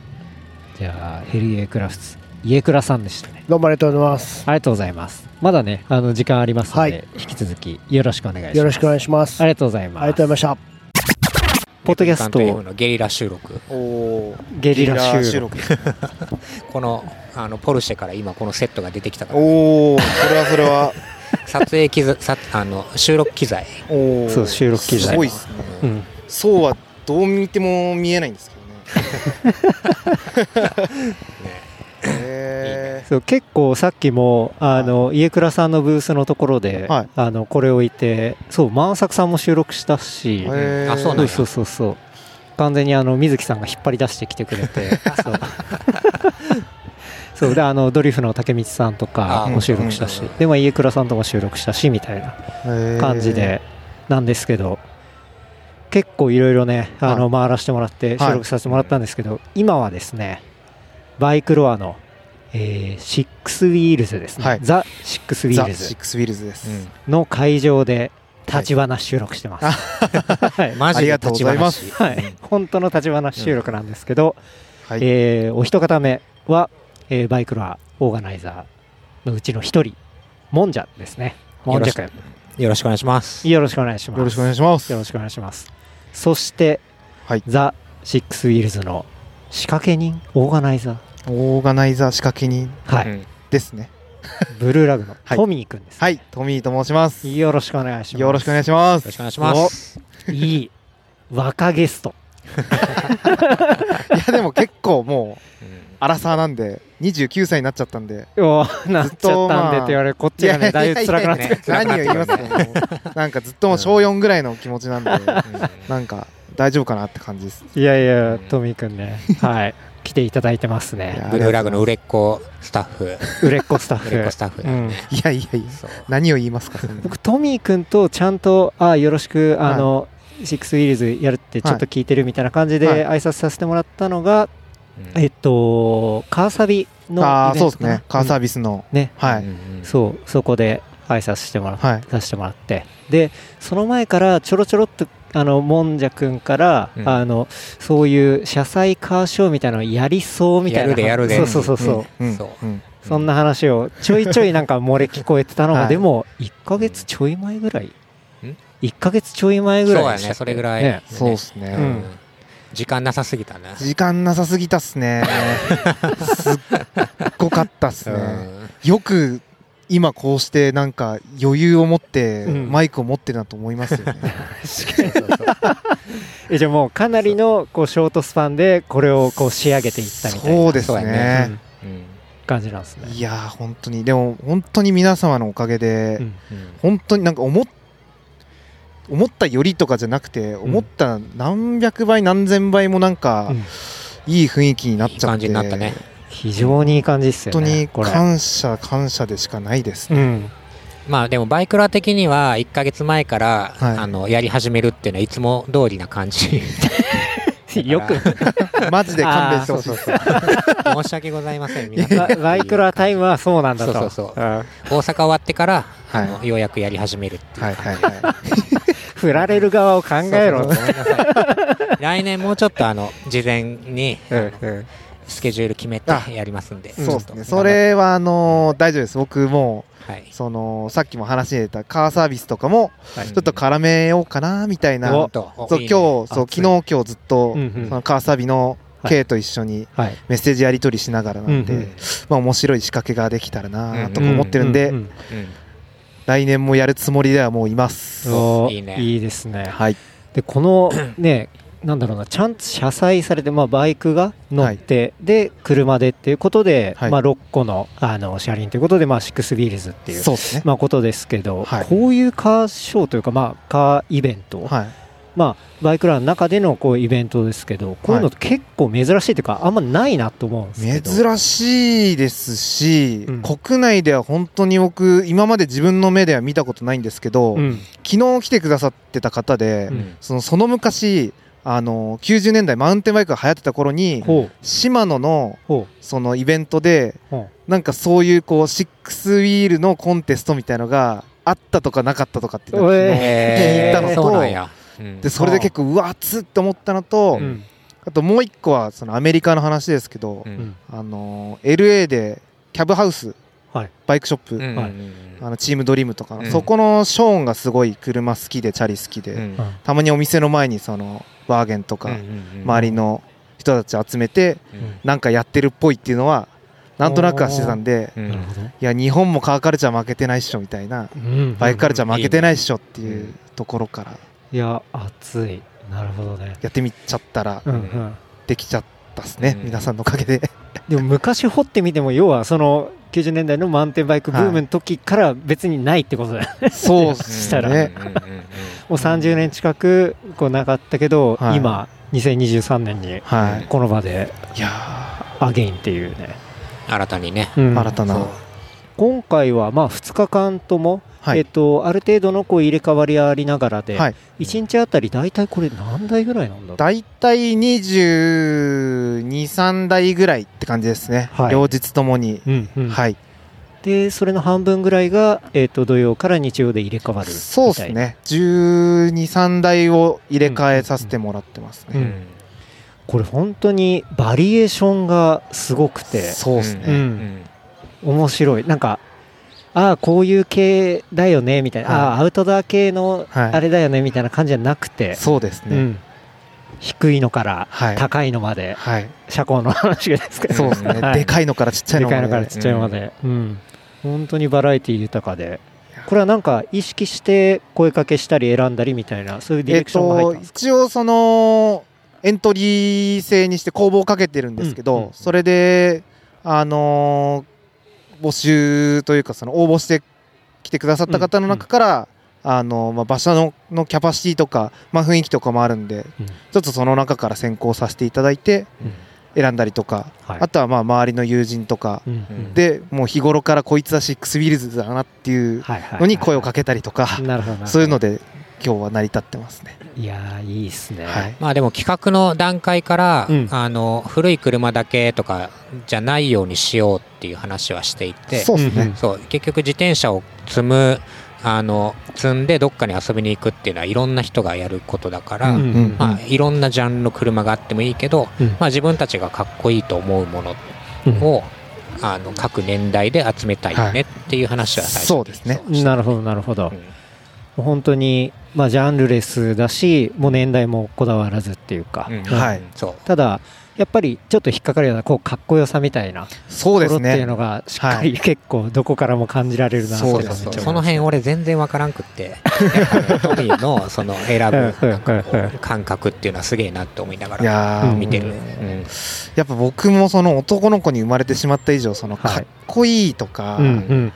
じゃあヘリエクラフツイエクラさんでしたねどうもありがとうございます。ありがとうございますまだねあの時間ありますので、はい引き続きよろしくお願いしますよろしくお願いします。あありりがとうございますがとうございました。ポッドキャストレプリカン F のゲリラ収録おゲリラ収録録このあのポルシェから今このセットが出てきたからおおそれはそれは [LAUGHS] 撮影機材さあの収録機材おおそう収録機材すごいですねうんそうはどう見ても見えないんですけどねえそう結構さっきもあの、家倉さんのブースのところで、はいあのこれをいてそう万作さんも収録したし、へーあそうなんそうそやうそうそう完全にあの水木さんが引っ張り出してきてくれてそうそうであのドリフの竹道さんとかあも収録したし、うんでまあ、家倉さんとも収録したしみたいな感じでなんですけど、結構いろいろねあの回らせてもらってはい収録させてもらったんですけど、今はですねバイクロアの、えーシックスウィールズですね、はいザ・シックスウィザ・ールシッズクスウィルズです、の会場で立ち話収録してます。 [LAUGHS] はいマあジりでがとう立ごちざいま話すはい、本当の立ち話収録なんですけど、はいえーお一方目は、えーバイクロアオーガナイザーのうちの一人もんじゃですねもんじゃくんよろしくお願いしますよろしくお願いしますよろしくお願いしますよろしくお願いします。そして、はいザ・シックスウィールズの仕掛け人、オーガナイザー、オーガナイザー仕掛け人はいうんですねブルーラグのはいトミーくんです、はいトミーと申しますよろしくお願いします。よろしくお願いしまよろしくすお願いしますいい若ゲスト。いやでも結構もううんアラサーなんで29歳になっちゃったんでおーなっちゃったんでっまあて言われる、こっちがね、だいぶ辛くなってね何を言いますかもうなんかずっともう小4ぐらいの気持ちなんで、なんか大丈夫かなって感じですいやいや、トミーくんね、はい、来ていただいてますいね。やブルーラグの売れっ子スタッフ売れっ子スタッ売れっフ子ス。タッフうだよんね、いやいやいやそう何を言いますかそんな僕トミー君とちゃんとあよろしくあの、シックスウィールズやるってちょっと聞いてるみたいな感じはいで挨拶させてもらったのが、うんえっとカーサビのああイベそンうトかですなねカーサービスの、うんねはうい、んうんそうそこで挨拶してもらっはいさせてもらってでその前からちょろちょろっとあのもんじゃくんから、うんあのそういう車載カーショーみたいなのやりそうみたいなやるでやるでそうそうそうそう、うんそううんそんな話をちょいちょいなんか漏れ聞こえてたのが、はいでも1ヶ月ちょい前ぐらいん1ヶ月ちょい前ぐそうらいやでしたっねけそれぐらい、ねそうですね、うん時間なさすぎたね時間なさすぎたっすねすっごかったっすね、よく今こうしてなんか余裕を持ってうんマイクを持ってたと思いますよね、えじゃあもうかなりのこうショートスパンで [LAUGHS] これをこう仕上げていったみたいなそうですそうねやねうんうんうん感じなんですねいやー本当にでも本当に皆様のおかげで、うんうん本当になんか思っ思ったよりとかじゃなくて思った何百倍何千倍もなんか、うんいい雰囲気になっちゃっていい感じになったね非常にいい感じっす本よ当ねにこれ感謝感謝でしかないですね、うんまあでもバイクラ的には1か月前から、はいあのやり始めるっていうのはいつも通りな感 [LAUGHS] じよくマジで勘弁してほしいあーそですうそうそう申し訳ございません皆さんババイクラタイムはそうなんだとそうそうそん大阪終わってから、はいあのようやくやり始めるっていうはいはいは振られる側を考えろそうそうそうごめんなさい来年もうちょっとあの事前にうんうんスケジュール決めてやりますんでいそうですねちょっそと頑張れはあのー大丈夫です僕もうってはいそのさっきも話に出たカーサービスとかもはいちょっと絡めようかなみたいな、おそう今日そう昨日今日ずっと、うんうんそのカーサビのはい K と一緒にはいメッセージやり取りしながらなんで、うんうんまあ、面白い仕掛けができたらなとうかん思ってるんで、うう来年もやるつもりではもういます。うんおおいいねいいですねはい、でこ [CLEARS THROAT] のねなんだろうなちゃんと車載されて、まあ、バイクが乗って、で車でっていうことで、はいまあ、6個のあの車輪ということで、まあ、シックスビールズっていうそうですね。まあ、ことですけど、はいこういうカーショーというか、まあ、カーイベント、はい、まあ、バイクランの中でのこうイベントですけどこういうのって結構珍しいというかあんまないなと思うんですけど珍しいですし、うん国内では本当に僕今まで自分の目では見たことないんですけど、うん昨日来てくださってた方で、うんそのその昔あの90年代マウンテンバイクが流行ってた頃にほうシマノのほそのイベントでうほなんかそういうこうシックスウィールのコンテストみたいのがあったとかなかったとかっていうのをおえ昨日聞えいーたのそうと、なんや、うんでそれで結構うわ熱っって思ったのと、う、うんあともう一個はそのアメリカの話ですけど、うんあのー LA でキャブハウス、はいバイクショップ、うんはいあのチームドリームとかの、うんそこのショーンがすごい車好きでチャリ好きで、うんうんたまにお店の前にそのバーゲンとかうんうんうん周りの人たち集めてうんなんかやってるっぽいっていうのはなんとなくはしてたんでうんなるほど、いや日本もカーカルチャー負けてないっしょみたいなうんバイクカルチャー負けてないっしょってうんいうところからいや熱いなるほどねやってみちゃったらうんうんできちゃったっすね、うん皆さんのおかげででも昔掘ってみても要はその90年代のマウンテンバイクブームの時から別にないってことだよね、そうっしたらねうんうんうんうんもう30年近くこうなかったけど、はい今2023年にはいこの場でいやアゲインっていうね、新たにね。ーうん新たな今回はまあ2日間とも、はいえっと、ある程度のこう入れ替わりありながらで、はい1日あたり大体これ何台ぐらいなんだろう大体223台ぐらいって感じですね、はい両日ともに、うんうんはいでそれの半分ぐらいが、えっと土曜から日曜で入れ替わるみたいなそうですね123台を入れ替えさせてもらってますうね、んこれ本当にバリエーションがすごくてそうですうね、ん、面白いなんかああこういう系だよねみたいな、はいああアウトドア系のはいあれだよねみたいな感じじゃなくて、そうですうね、ん、低いのからはい高いのまで、 [LAUGHS] はい車高の話ですけどそうですね、はいでかいのからちっちゃいでのまかでいのからちっちゃいのまで、うん本当にバラエティ豊かでこれはなんか意識して声かけしたり選んだりみたいなそういうディえレっクションが入っとたんですか、一応そのエントリー制にして公募をかけてるんですけど、うんうんそれであのー募集というかその応募して来てくださった方の中から、あのーまあ、場所ののキャパシティとか、まあ、雰囲気とかもあるんで、うんちょっとその中から選考させていただいて選んだりとか、はいあとはまあ周りの友人とかうんうんでもう日頃からこいつだしクスビルズだなっていうはいはいはいのに声をかけたりとか、なるほどなるほどそういうので今日は成り立ってますね。いやーいいっすね、はいまあでも企画の段階から、うんあの古い車だけとかじゃないようにしようっていう話はしていてそうですね、うんそう結局自転車を積むあの積んでどっかに遊びに行くっていうのはいろんな人がやることだから、うんうんうんまあ、いろんなジャンルの車があってもいいけど、うんまあ、自分たちがかっこいいと思うものを、あの各年代で集めたいよねっていう話は最初にそうですねなるほどなるほどうん、本当にまあジャンルレスだしもう年代もこだわらずっていうか、うんはいそうただやっぱりちょっと引っかかるようなこうかっこよさみたいなとそうこでろすっていうね。のがしっかり、結構どこからも感じられるなそうってめでっちゃすね思いますその辺俺全然わからんくってやっぱねトミーのその選ぶなんかこう感覚っていうのはすげえなって思いながいらやーうん見てる、うんやっぱ僕もその男の子に生まれてしまった以上そのはいかっこいいとかうんうん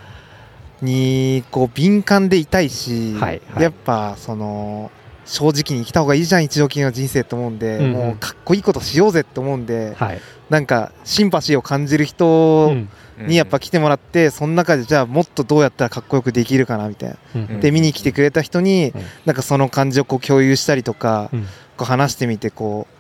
にこう敏感でいたいし、はいはいやっぱその正直に生きた方がいいじゃん一度きりの人生と思うんで、うんうんもうかっこいいことしようぜって思うんで、はい、なんかシンパシーを感じるう人んにやっぱ来てもらってその中でじゃあもっとどうやったらかっこよくできるかなみたいな、うんで見に来てくれた人に、うんなんかその感じをこう共有したりとか、うんこう話してみてこう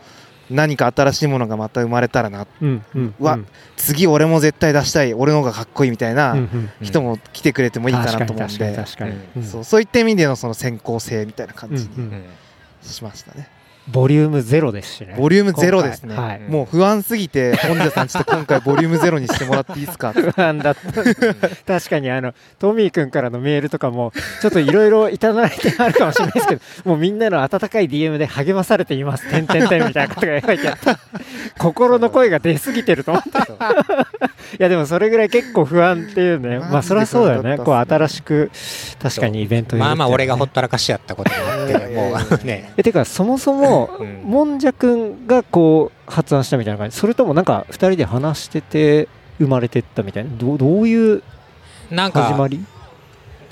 何か新しいものがまた生まれたらなうんうんうわうん次俺も絶対出したい俺の方がかっこいいみたういんうなん人も来てくれてもいいかなと思うん確かにで確かに確かに、そうそういった意味でのその先行性みたいな感うんうじにんしましたねボリュームゼロですしねボリュームゼロですね、今回はいもう不安すぎて本田さんちょっと今回ボリュームゼロにしてもらっていいです [LAUGHS] か不安だった確かにあのトミー君からのメールとかもちょっといろいろいただいてあるかもしれないですけど [LAUGHS] もうみんなの温かい DM で励まされています点点点みたいなことが書いてあった心の声が出すぎてると思っていやでもそれぐらい結構不安っていうねまあそりゃそうだよねこう新しく確かにイベントやるまあまあって俺いうのがはねほったらかしやったことになってもうあのねえてかそもそもうんもんじゃくんがこう発案したみたいな感じそれともなんか2人で話してて生まれてったみたいなどうどういうなん始まかり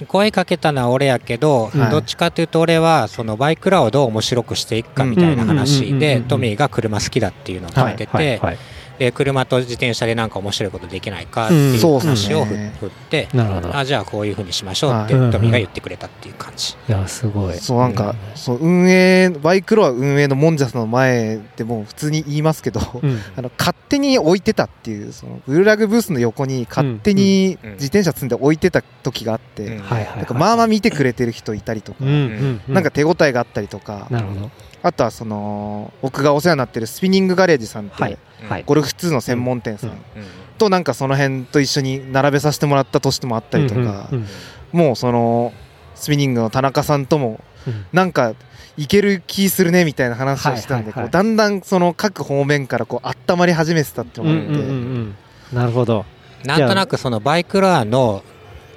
声かけたのは俺やけど、はいどっちかというと俺はそのバイクラをどう面白くしていくかみたいなうんうん話うんうんでうんトミーが車好きだっていうのを聞いてて、はいはいはいで車と自転車でなんか面白いことできないかっていうそうっす話ねをふ振って、なるほどあじゃあこういうふうにしましょうってはいトミーが言ってくれたっていう感じ、いやすごいそうなんか、そう運営バイクロア運営のモンジャスの前でもう普通に言いますけど、うんあの勝手に置いてたっていうそのブルーラグブースの横に勝手にうんうん自転車積んで置いてた時があって、うんはいはいはいなんかまあまあ見てくれてる人いたりとうか、んうんうなんか手応えがあったりとか、なるほどあとはその僕がお世話になってるスピニングガレージさんって、はいはいゴルフ2の専門店さん、うんとなんかその辺と一緒に並べさせてもらった年もあったりとか、うんうんもうそのスピニングの田中さんともうんなんかいける気するねみたいな話をしたんはで、いはいはいこうだんだんその各方面からこう温まり始めてたっていううんうんのがあって、うんうんなるほどなんとなくそのバイクラーの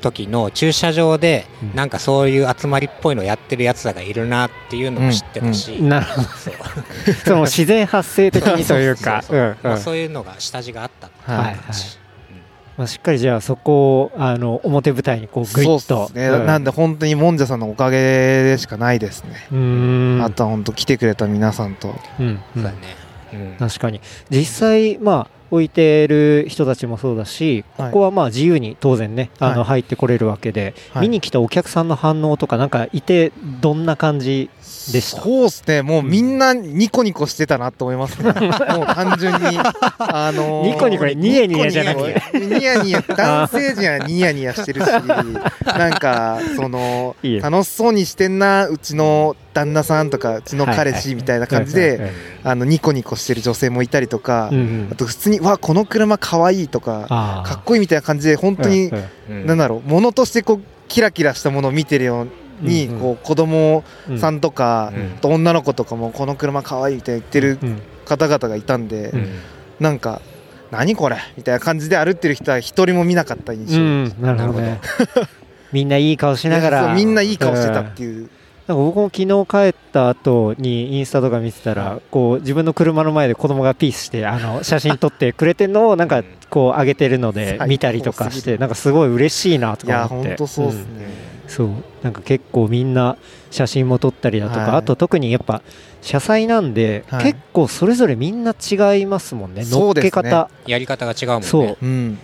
時の駐車場でなんかそういう集まりっぽいのやってるやつらがいるなっていうのも知ってたし、うんうんなるほど [LAUGHS] そうその自然発生的にというかそうそうそううんまうあんそういうのが下地があったっていうはい感はいじ、まあ、しっかりじゃあそこをあの表舞台にこうグイそうっッすとね、なんで本当にもんじゃさんのおかげでしかないですね、うんあとは本当来てくれた皆さんとうんうそんうだね、うん確かに実際まあ置いてる人たちもそうだしこはいこはまあ自由に当然ねあの入ってこれるわけで、は見いに来たお客さんの反応とかなんかいてどんな感じでしたそうですねもうみんなニコニコしてたなと思います [LAUGHS] ねもう単純にあのーニコニコニヤニヤじゃなくてニヤニヤ男性陣はニヤニヤし [LAUGHS] てるしなんかそのいいよ楽しそうにしてんなうちの旦那さんとかうちの彼氏みたいな感じであのニコニコしてる女性もいたりとか、うんうんあと普通に「わこの車かわいい」とかあ「ーかっこいい」みたいな感じで本当にうんうんうんなんだろうものとしてこうキラキラしたものを見てるように、うんうんこう子供うんさんとか、うんあと女の子とかもこの車かわいいみたいな言ってるうん方々がいたんで、うんなんか「何これ」みたいな感じで歩ってる人は一人も見なかった印象、うんなるほど [LAUGHS] ねみんないい顔しながそうらみんないい顔してたっていう、なんか僕も昨日帰った後にインスタとか見てたらこう自分の車の前で子供がピースしてあの写真撮ってくれてるのをなんかこう上げてるので最高見たりとかしすぎてるなんかすごい嬉しいなといやか思っ本て当そうですね、うんそうなんか結構みんな写真も撮ったりだとか、はいあと特にやっぱ車載なんで、はい結構それぞれみんな違いますもんね乗そっうですけね方やり方が違うもんねそうううんん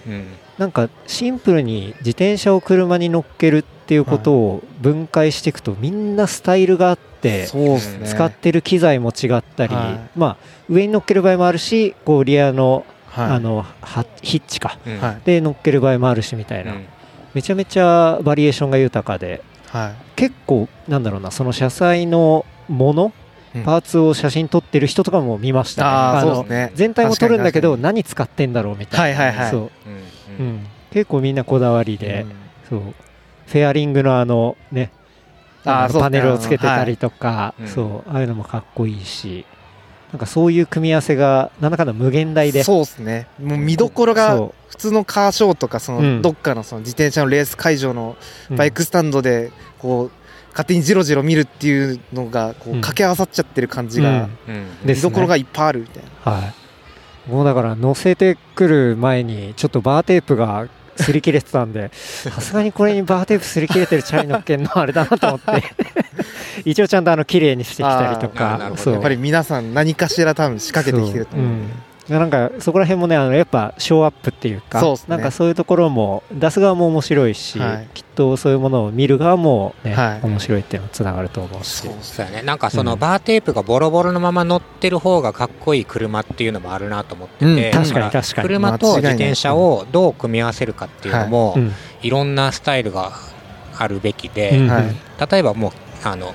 なんかシンプルに自転車を車に乗っけるっていうことを分解していくとみんなスタイルがあってそうですね使ってる機材も違ったり、はまあ上に乗っける場合もあるしこうリアの,、はいあのはヒッチかうんはいで乗っける場合もあるしみたいうな、んめちゃめちゃバリエーションが豊かではい結構なんだろうなその車載のものうんパーツを写真撮ってる人とかも見ましたね、あああそうのですね全体も撮るんだけど確何使ってんだろうみたいな、はいはいはいそううんううんん、結構みんなこだわりで、うんそうフェアリングのあのねあーあそのうパネルをつけてたりとか、あのはいそうああいうのもかっこいいしなんかそういう組み合わせがなんだかんだ無限大でそうですねもう見どころがそ普通のカーショーとかそうのんどっかのその自転車のレース会場のううんバイクスタンドでこう勝手にジロジロ見るっていうのがこううん掛け合わさっちゃってる感じがうんで見すねどころがいっぱいあるみたいなはい。もうだから乗せてくる前にちょっとバーテープが擦り切れてたん [LAUGHS] で、さすがにこれにバーテープ擦り切れてるチャリ乗っけんのあれだなと思って、 [LAUGHS] 一応ちゃんとあの綺麗にしてきたりとあーなかる、ほどそうやっぱり皆さん何かしら多分仕掛けてきてると思うんそでううん、なんかそこら辺もねあのやっぱショーアップっていうかそうっすねなんかそういうところも出す側も面白いし、はいきっとそういうものを見る側も、ねはい面白いっていうのつながると思うしそうですそうやねなんかそうのんバーテープがボロボロのまま乗ってる方がかっこいい車っていうのもあるなと思ってて、う確んかにだら確かに車と自転車をどう組み合わせるかっていうのも、ういんろんなスタイルがあるべきで、うんはい例えばもうあの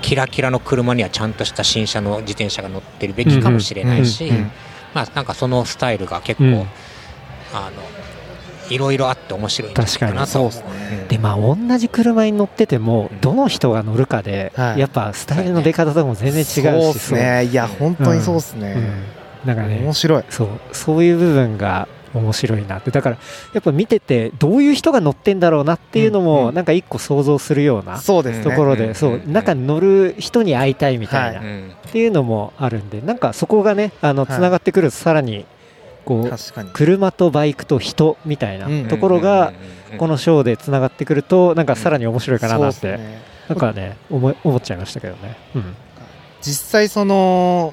キラキラの車にはちゃんとした新車の自転車が乗ってるべきかもしれないし、うんうんうんまあなんかそのスタイルが結構、うんあのいろいろあって面白いんじゃないかなと思う。確うんでまあ同じ車に乗っててもうんどの人が乗るかで、はいやっぱスタイルの出方とかも全然違うしそうですねいや本当にそうですそううねんなんかね面白いそうそういう部分が面白いなってだからやっぱ見ててどういう人が乗ってんだろうなっていうのうんもうんなんか一個想像するようなそうですとねころで、うんそううん中に乗る人に会いたいみたいな、はうんっていうのもあるんでなんかそこがねあのはいつながってくるとさらにこう確かに車とバイクと人みたいうんなところがうんうんうんうんこのショーでつながってくるとなんかさらに面白いかなそうなでんすてねなんかね思い思っちゃいましたけどね。うん実際そのお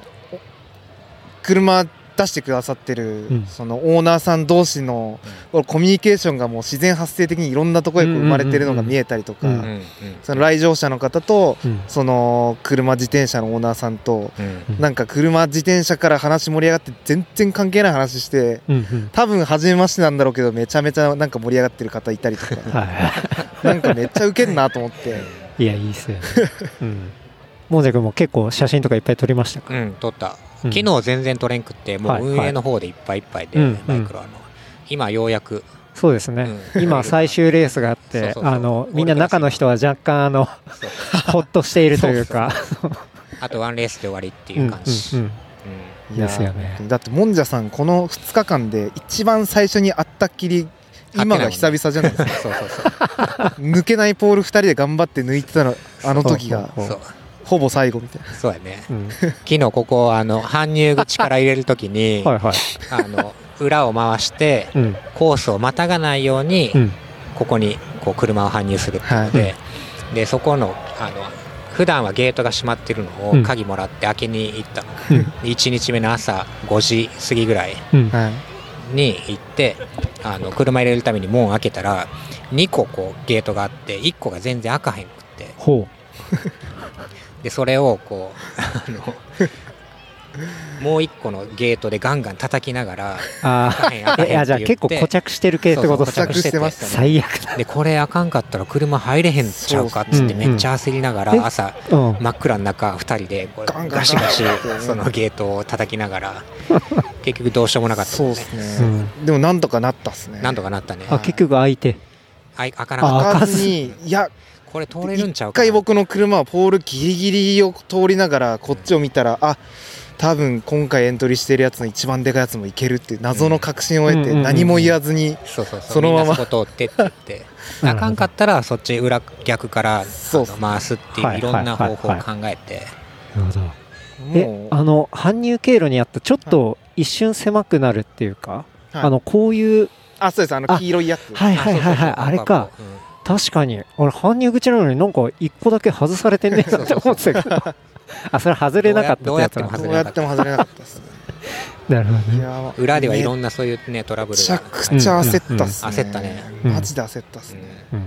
車出してくださってる、うんそのオーナーさん同士のコミュニケーションがもう自然発生的にいろんなところへこう生まれてるのが見えたりとか、うんうんうんうんその来場者の方とうんその車自転車のオーナーさんとうんうんなんか車自転車から話盛り上がって全然関係ない話してうんうん多分初めましてなんだろうけどめちゃめちゃなんか盛り上がってる方いたりと [LAUGHS] かはなんかめっちゃウケるなと思ってい、い [LAUGHS] やいいっ [LAUGHS] すよね。うん、もんじゃくんも結構写真とかいっぱい撮りましたかうん、撮ったうん昨日全然撮れんくってもはいう運営の方でいっぱいいっぱいで、うんマイクロあの今ようやく、そうですね、うん今、最終レースがあって、そうそうそうあのみんな中の人は若干あの、そうほっとしているというか、あとワンレースで終わりってういんううん感じ、うんうんいやですよねだってもんじゃさんこの2日間で一番最初に会ったっきり今が久々じゃないですか [LAUGHS] そうそうそう抜けないポール2人で頑張って抜いてたのあの時がそうほぼ最後みたいなそうやねうん昨日ここあの搬入口から入れるときに [LAUGHS] はいはいあの裏を回してうんコースをまたがないようにうんここにこう車を搬入するっていうので,、でそこのあの普段はゲートが閉まってるのうんを鍵もらって開けに行ったの、1日目の朝5時過ぎぐらいうんはいに行ってあの車入れるために門を開けたら2個こうゲートがあって1個が全然開かへんくってほでそれをこうあの [LAUGHS] もう1個のゲートでガンガン叩きながらうあ開かへん開あ [LAUGHS] かへんって言っていやじゃあ結構固着してる系ってことそうでそすねう固着しててましたね最悪だでこれあかんかったら車入れへんちゃうかっつってそうめっちゃ焦りながうんえら朝うん真っ暗の中2人でこうガンガンガンガシガシうんそのゲートを叩きながら結局どうしようもなかったそうもんでねすうねんでもなんとかなったっすねなんとかなったねあ結局相手あい開かなかっ開かずにいやたこれ通れるんちゃ一うかな回僕の車はポールギリギリを通りながらこっちを見たらあ多分今回エントリーしてるやつの一番でかいやつもいけるっていう謎の確信を得てうん何も言わずにそうそうそうそのままみんなそこ通ってって言ってあかんかったらそっち裏逆からあそのうっすね回すっていはういいろんな方法をはい考えてなるほどえもうあの搬入経路にあったちょっと一瞬狭くなるっていうか、はいあのこういうあそうですあのあ黄色いやつはいはいはいはいそうそうそうあれか確かにあれ搬入口なのになんか一個だけ外されてんねえなって思ってたけどあそれ外れなかったってやつなどうの外どうれなかやったっても外れなかったですねなるほどいねやうん裏ではいろんなんなそういうねトラブめルちゃがくちゃ焦ったっすねうんうんうん焦ったねマジで焦ったっすねうん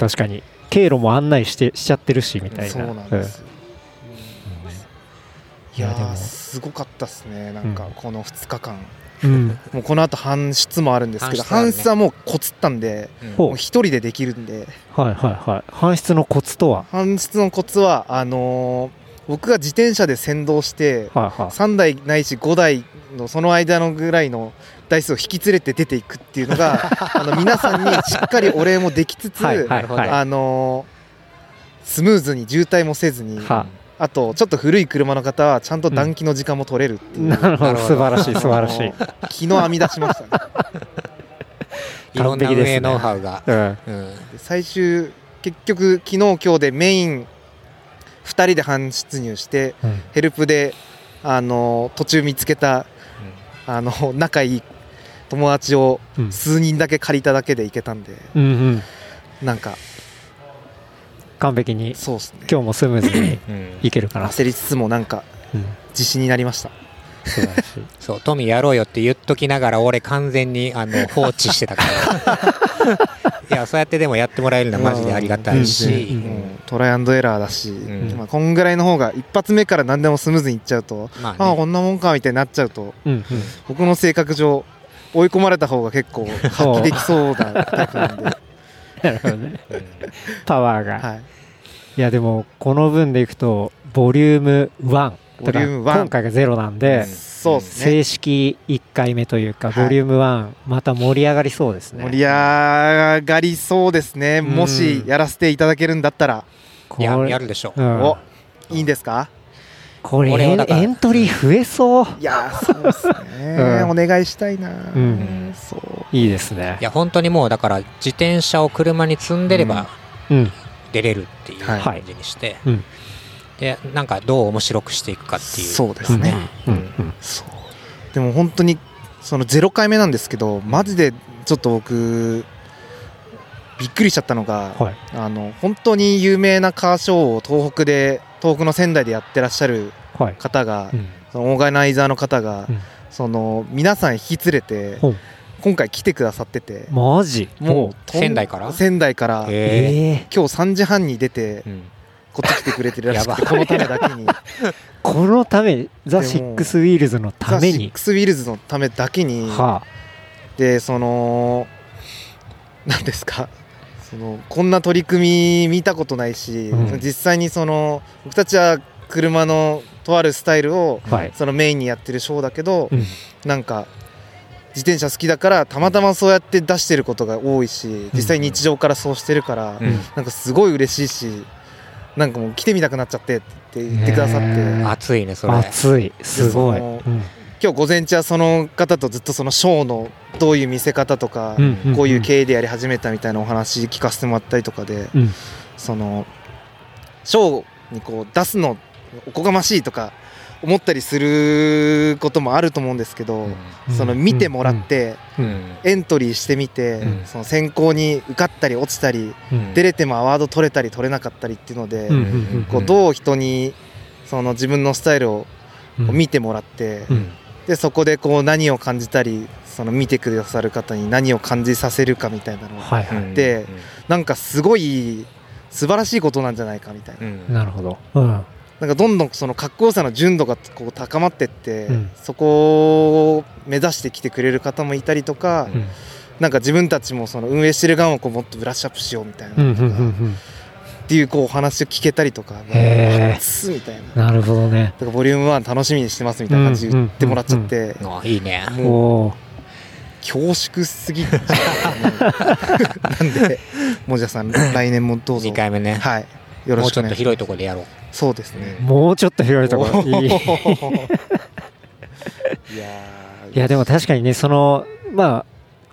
確かに経路も案内してしちゃってるしみたいなそうなんですよいやいやでーもすごかったっすねなんかうんこの2日間うんもうこの後搬出もあるんですけど搬出ある搬ね出はもうコツったんでうんほもう一人でできるんではいはいはい搬出のコツとは搬出のコツはあのー僕が自転車で先導してはいはい3台ないし5台のその間のぐらいの台数を引き連れて出ていくっていうの [LAUGHS] があの皆さんにしっかりお礼もできつつ、はいはいはいあのースムーズに渋滞もせずに、はあとちょっと古い車の方はちゃんと暖気の時間も取れるっていう、なるほなどるほど素晴らしい素晴らしい、昨日編み出しましたねいろんな完璧です運ね営ノウハウがうん、うんで最終結局昨日今日でメイン2人で搬出入してうんヘルプであの途中見つけたあの仲いい友達を [LAUGHS] うん数人だけ借りただけで行けたんでうんうんなんか完璧にそうですね今日もスムーズにうんいけるかな、焦りつつもなんかうん、自信になりました素晴らしいそうトミーやろうよって言っときながら俺完全に [LAUGHS] あの放置してたからいやそうやってでもやってもらえるのはマジでありがたいし、うんうんうんもうトライアンドエラーだし、んまあ、こんぐらいの方が一発目から何でもスムーズにいっちゃうと、まあああこねんなもんかみたいになっちゃうとうんうん僕の性格上追い込まれた方が結構発揮できそうなタイプなんで、なるほどねうんパワーが、はい、いやでもこの分でいくとボリューム1ボリュームだから1今回がゼロなんで、そうですね正式1回目というか、はいボリューム1また盛り上がりそうですね盛り上がりそうですねんもしやらせていただけるんだったら、こいれややるでしょう、うんおいいんですかこれ俺エはンだからエントリー増えそういやーそうですね、 [LAUGHS] うんお願いしたいな、うんそういいですねいや本当にもうだから自転車を車に積んでればうん出れるっていうはい感じにして、うんでなんかどう面白くしていくかっていうそうですね、うんうんそうでも本当にその0回目なんですけどマジでちょっと僕びっくりしちゃったのが、はいあの本当に有名なカーショーを東北で東北の仙台でやってらっしゃるはい、方が、うんそのオーガナイザーの方が、うんその皆さん引き連れてほう今回来てくださっててマジもうとん仙台から仙台から今へえええ日3時半に出てうんこっち来てくれてるらしくてやばこのためだけ [LAUGHS] にこのためザ・でもシックス・ウィールズのたザ・めシにックスウィールズのためだけにはでその何ですかそのこんな取り組み見たことないし、うん実際にその僕たちは車のとあるスタイルをあ、はい、そのメインにやってるショーだけど、うんなんか自転車好きだからたまたまそうやって出してることが多いし実際日常からそうしてるから、うんなんかすごい嬉しいしなんかもう来てみたくなっちゃってって言ってくださって、ねえ熱いねそれ熱いすごい、でそのうん今日午前中はその方とずっとそのショーのどういう見せ方とか、うんうんうんこういう経緯でやり始めたみたいなお話聞かせてもらったりとかで、うんそのショーにこう出すのおこがましいとか思ったりすることもあると思うんですけど、その見てもらってうんエントリーしてみて、うんその選考に受かったり落ちたり、出れてもアワード取れたり取れなかったりっていうので、こうどう人にその自分のスタイルをこう見てもらって、でそこでこう何を感じたりその見てくださる方に何を感じさせるかみたいなのはいはでなんかすごい素晴らしいことなんじゃないかみたいな,、いなるほどうんなんかどんどんそのかっこよさの純度がこう高まってって、うんそこを目指してきてくれる方もいたりとか、うんなんか自分たちもその運営してる側をこうもっとブラッシュアップしようみたいな、うんうんうとんかうんっていうこうお話を聞けたりとかへー熱っみたいな。なるほどねだからボリューム1楽しみにしてますみたいな感じで言ってもらっちゃって、あいいねおもうおー恐縮すぎちゃったねなんでもじゃさん来年もどうぞ2回目ねはいよろもうしちょくっねと広いところでやろうそうですねもうちょっと広いところおいい [LAUGHS] いやーいやでも確かにねそのまあ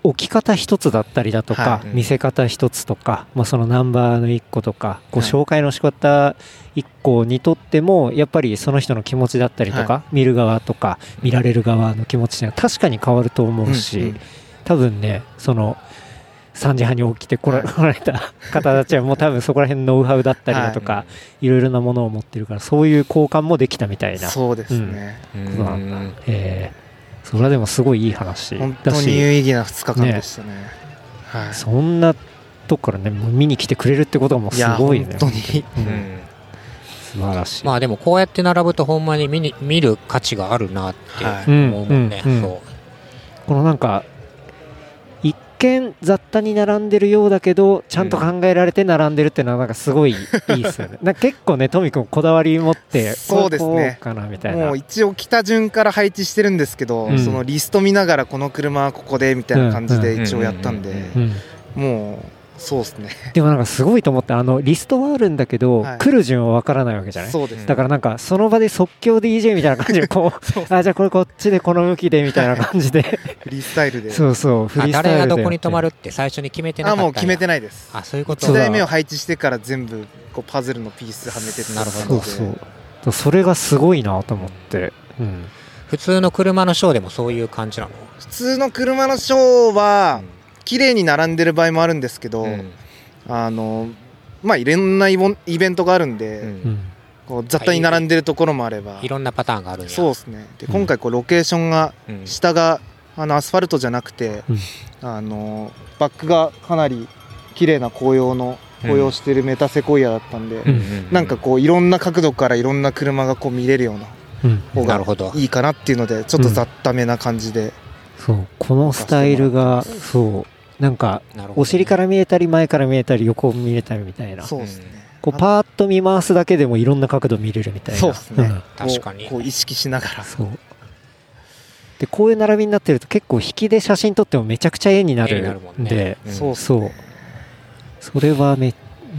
置き方一つだったりだとか、はいうん見せ方一つとか、まあ、そのナンバーの一個とかこうはい紹介の仕方一個にとってもやっぱりその人の気持ちだったりとか、見る側とか見られる側の気持ちっていうのは確かに変わると思うし、うんうん多分ねその3時半に起きてこらはい来られ [LAUGHS] た方たちはもう多分そこら辺のノウハウだったりだとか、、はいろいろなものを持ってるからそういう交換もできたみたいな。そうですね、そうなんえーそれはでもすごいいい話本だ当にし有意義な2日間でしたねはいそんなとこからねもう見に来てくれるってことがもうすごいねや本当にううんんうん素晴らしい、まあでもこうやって並ぶとほんまに見に見る価値があるなってはい思うもんね、うんうんそこのなんか一見雑多に並んでるようだけどちゃんと考えられて並んでるっていうのはなんかすごいいいですよねなんか結構ねトミ君こだわり持ってそうですねこうかなみたいなもう一応来た順から配置してるんですけど、うんそのリスト見ながらこの車はここでみたいな感じで一応やったんで、うんうんうんううんんもうそうですねでもなんかすごいと思ってあのリストはあるんだけど、はい来る順はわからないわけじゃないそうですだからなんかその場で即興 DJ みたいな感じでこうあじゃあこれこっちでこの向きでみたいな感じでフリースタイルでそうそううフあリースタイルで誰やがってどこに泊まるって最初に決めてなかあったんやもう決めてないですあそういうこと1そうだ台目を配置してから全部こうパズルのピースはめてってなるほそどうそうそうそれがすごいなと思って、うん普通の車のショーでもそういう感じなの普通の車のショーは綺麗に並んでる場合もあるんですけど、うんあのまあいろんなイボンイベントがあるんで、うんうんこう雑多に並んでるところもあればいろんなパターンがあるんやそうですねでうん今回こうロケーションがうん下があのアスファルトじゃなくて、うんあのバックがかなり綺麗な紅葉の紅葉してるメタセコイアだったんで、うんなんかこういろんな角度からいろんな車がこう見れるようなうん方ながるほどいいかなっていうのでちょっと雑多めな感じで、そうこのスタイルがそうなんかなるほどお尻から見えたり前から見えたり横見えたりみたいなそうですね、こうパーッと見回すだけでもいろんな角度見れるみたいなそうっすねんこう確かにこう意識しながらそうでこういう並びになってると結構引きで写真撮ってもめちゃくちゃ絵にな絵るになるもんんねで、うんそうっすそうねそれはめ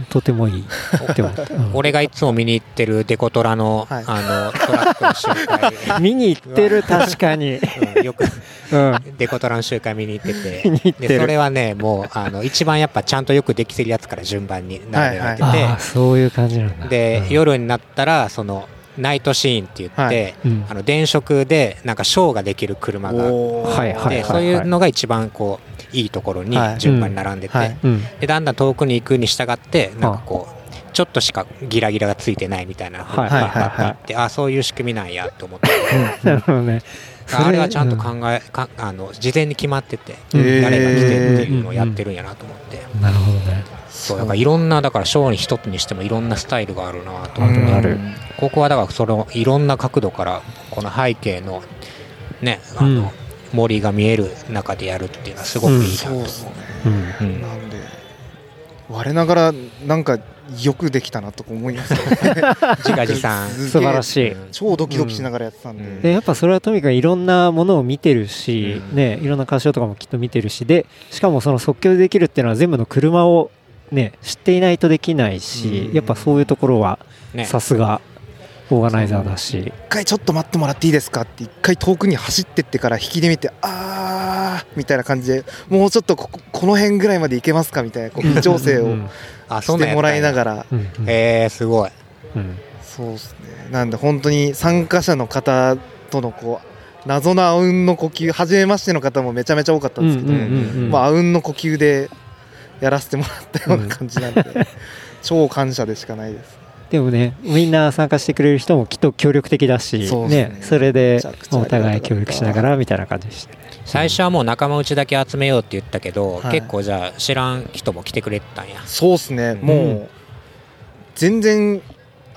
とてもいいって思った、うん俺がいつも見に行ってるデコトラの,、はいあのトラックの集会見に行ってる確かに、 [LAUGHS] うんよくうん、デコトラの集会見に行ってて見に行ってるでそれはねもうあの一番やっぱちゃんとよくできてるやつから順番に並べられてて、ああそういう感じなんだで、うん夜になったらそのナイトシーンって言って、はいうんあの電飾でなんかショーができる車があって、はいはいはいはいそういうのが一番こういいところにはい順番に並んでて、はいうんでだんだん遠くに行くに従ってなんかこうちょっとしかギラギラがついてないみたいなはいはいがはいあってあそういう仕組みなんやと [LAUGHS] 思ってなるほどねあれはちゃんと考うえ、かあの事前に決まってて、うん誰が来てっていうのをやってるんやなと思って、なるほどねそうだからいろんなだからショーに一つにしてもいろんなスタイルがあるなと思って、うんあるここはだからそのいろんな角度からこの背景のねあうんの森が見える中でやるっていうのはすごくいいなとそう思う、ですねうんうんなんで我ながらなんかよくできたなとか思いますね [LAUGHS] 自画自賛すげえ素晴らしい超ドキドキしながらやってたんで、うんでやっぱそれはとにかくいろんなものを見てるし、うんね、いろんな歌唱とかもきっと見てるしでしかもその即興でできるっていうのは全部の車を、ね、知っていないとできないし、うんやっぱそういうところはねさすがオーガナイザーだし一回ちょっと待ってもらっていいですかって一回遠くに走ってってから引きで見てあーみたいな感じでもうちょっとこここの辺ぐらいまで行けますかみたいなこう微調整うをんあそしんなんやったてんやもらいながらうんうんえー、すごいうんそうですねなんで本当に参加者の方とのこう謎のあうんの呼吸初めましての方もめちゃめちゃ多かったんですけど、うんうんうんまああうんの呼吸でやらせてもらったような感じなんで、 [LAUGHS] 超感謝でしかないです。でもねみんな参加してくれる人もきっと協力的だしそうですねねそれでめちゃくちゃあおりがたかった互い協力しながらみたいな感じでしたね最初はもう仲間内だけ集めようって言ったけど、はい結構じゃあ知らん人も来てくれてたんやそうですね、もう、うん全然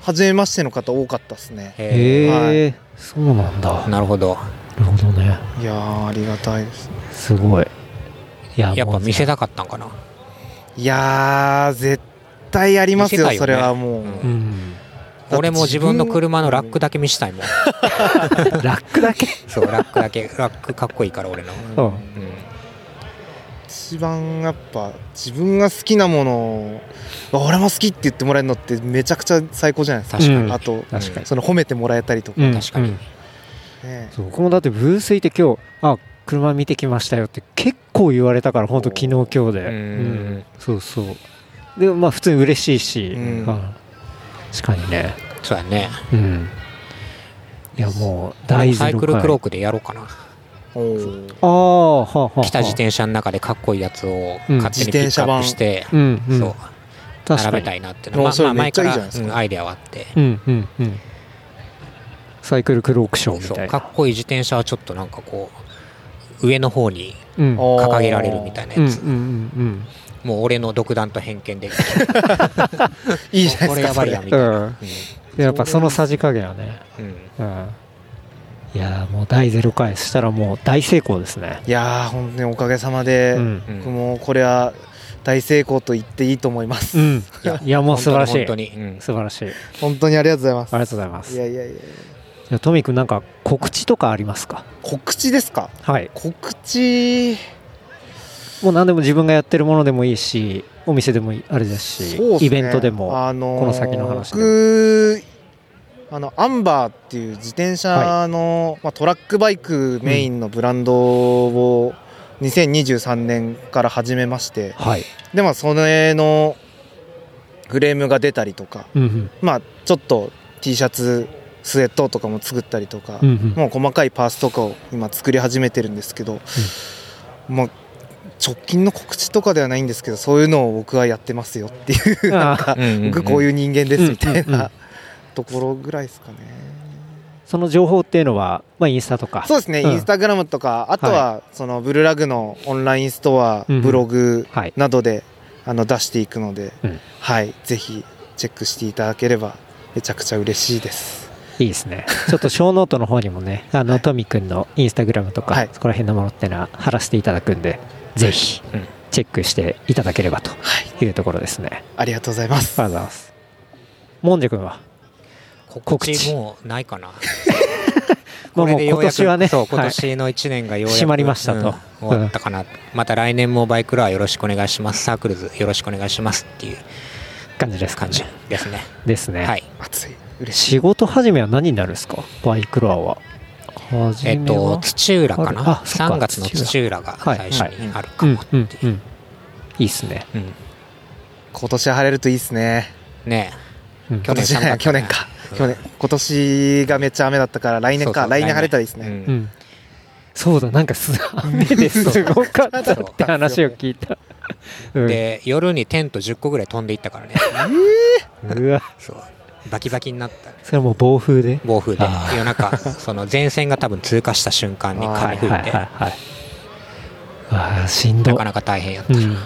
初めましての方多かったですね。へへはいえそうなんだーなるほどなるほどねいやーありがたいです。すごいいややっもぱう見せたかったんかないやー絶対やります見せよたいよねそれはもう、うんうん俺も自分の車のラックだけ [LAUGHS] 見したいもんラックだけそうラックだけラックかっこいいから俺の、そううん、一番やっぱ自分が好きなものをわ俺も好きって言ってもらえるのってめちゃくちゃ最高じゃないですか確かうにんあと確かにその褒めてもらえたりとか、うん確かにうんねそう僕もだってブース行って今日あ車見てきましたよって結構言われたから本当昨日今日で、うんうんそうそうでもまあ普通に嬉しいし、うんはい確かにねそうやねうんいやもう俺大も事サイクルクロークでやろうかなああはあはあはあ来た自転車の中でかっこいいやつをうん勝手にピックアップして、うんうんそう確か並べにたいなっていうものうまあそまれあめ前っちゃかいいじゃらないですかうんアイデアはあってうんうんうんサイクルクロークショーみそたういかなっこいい自転車はちょっとなんかこう上の方にうんうん掲げられるみたいなうんうやんつ、うんもう俺の独断と偏 [LAUGHS] 見でいいじゃないこでれやすかそばれいやみうたいな、んでやっぱそのさじ加減はねうんうんうんいやーもう第0回したらもう大成功ですね。いやー本当におかげさまで、うんうん僕もこれは大成功と言っていいと思います、うん、いやいやもう素晴らしい本当に本当にうん素晴らしい。あ本当にありがとうございますりがとうございまいす。やいやいやじゃあトミーくんなんか告知とかありますか。告知ですかはい。告知もう何でも自分がやってるものでもいいし、お店でもいいあれですし、そうっすねイベントでも。あのーこの先の話でも僕あのアンバーっていう自転車の、まあ、トラックバイクメインのブランドを2023年から始めまして、はい。でまあそれのフレームが出たりとか、うんうんまあ、ちょっと T シャツスウェットとかも作ったりとか、うんうん。もう細かいパースとかを今作り始めてるんですけど、まあ直近の告知とかではないんですけどそういうのを僕はやってますよっていうあーなんかうんうん僕こういう人間ですみたいうんうんうんなところぐらいですかね。その情報っていうのはまあインスタとか。そうですね、うんインスタグラムとかあとはそのブルラグのオンラインストア、うんうんブログはい。などであの出していくので、うんはいぜひチェックしていただければめちゃくちゃ嬉しいです。いいですね。ちょっとショーノートの方にもね、あのトミーくんのインスタグラムとはかいそこら辺のものってのは貼らせていただくんで、ぜひうんチェックしていただければとはい、いうところですね。ありがとうございまありがとうす。ございます。もんじゅくんは、告告知知もうないかな [LAUGHS] まあ、もう今年はね、そう今はい年の1年がようやく、締まりましたとうん終わったかな、また来年もバイクラーよろしくお願いしますサークルズよろしくお願いしますっていう感じですか感ね。じですねですね。はい熱い嬉しい。仕事始めは何になるんですかバイクロアは。始めはえっと、土浦かなあそっか3月の土浦がはい最初にあるうかんも、うんうん。いいっすね。うん今年は晴れるといいですね。ねうんえ今年じゃない去寒年ったか去年今年がめっちゃ雨だったから来年そうかそう来年晴れたらいいですねうね。うんんそうだ、なんかす、雨ですごかったって話を聞いた。うんで夜にテント10個ぐらい飛んでいった [LAUGHS] からねうわ、そうバキバキになったそれもう暴風で。暴風であ夜中その前線が多分通過した瞬間には風い吹はいいてはいはい。ああ、しんどないか。なか大変やった、うん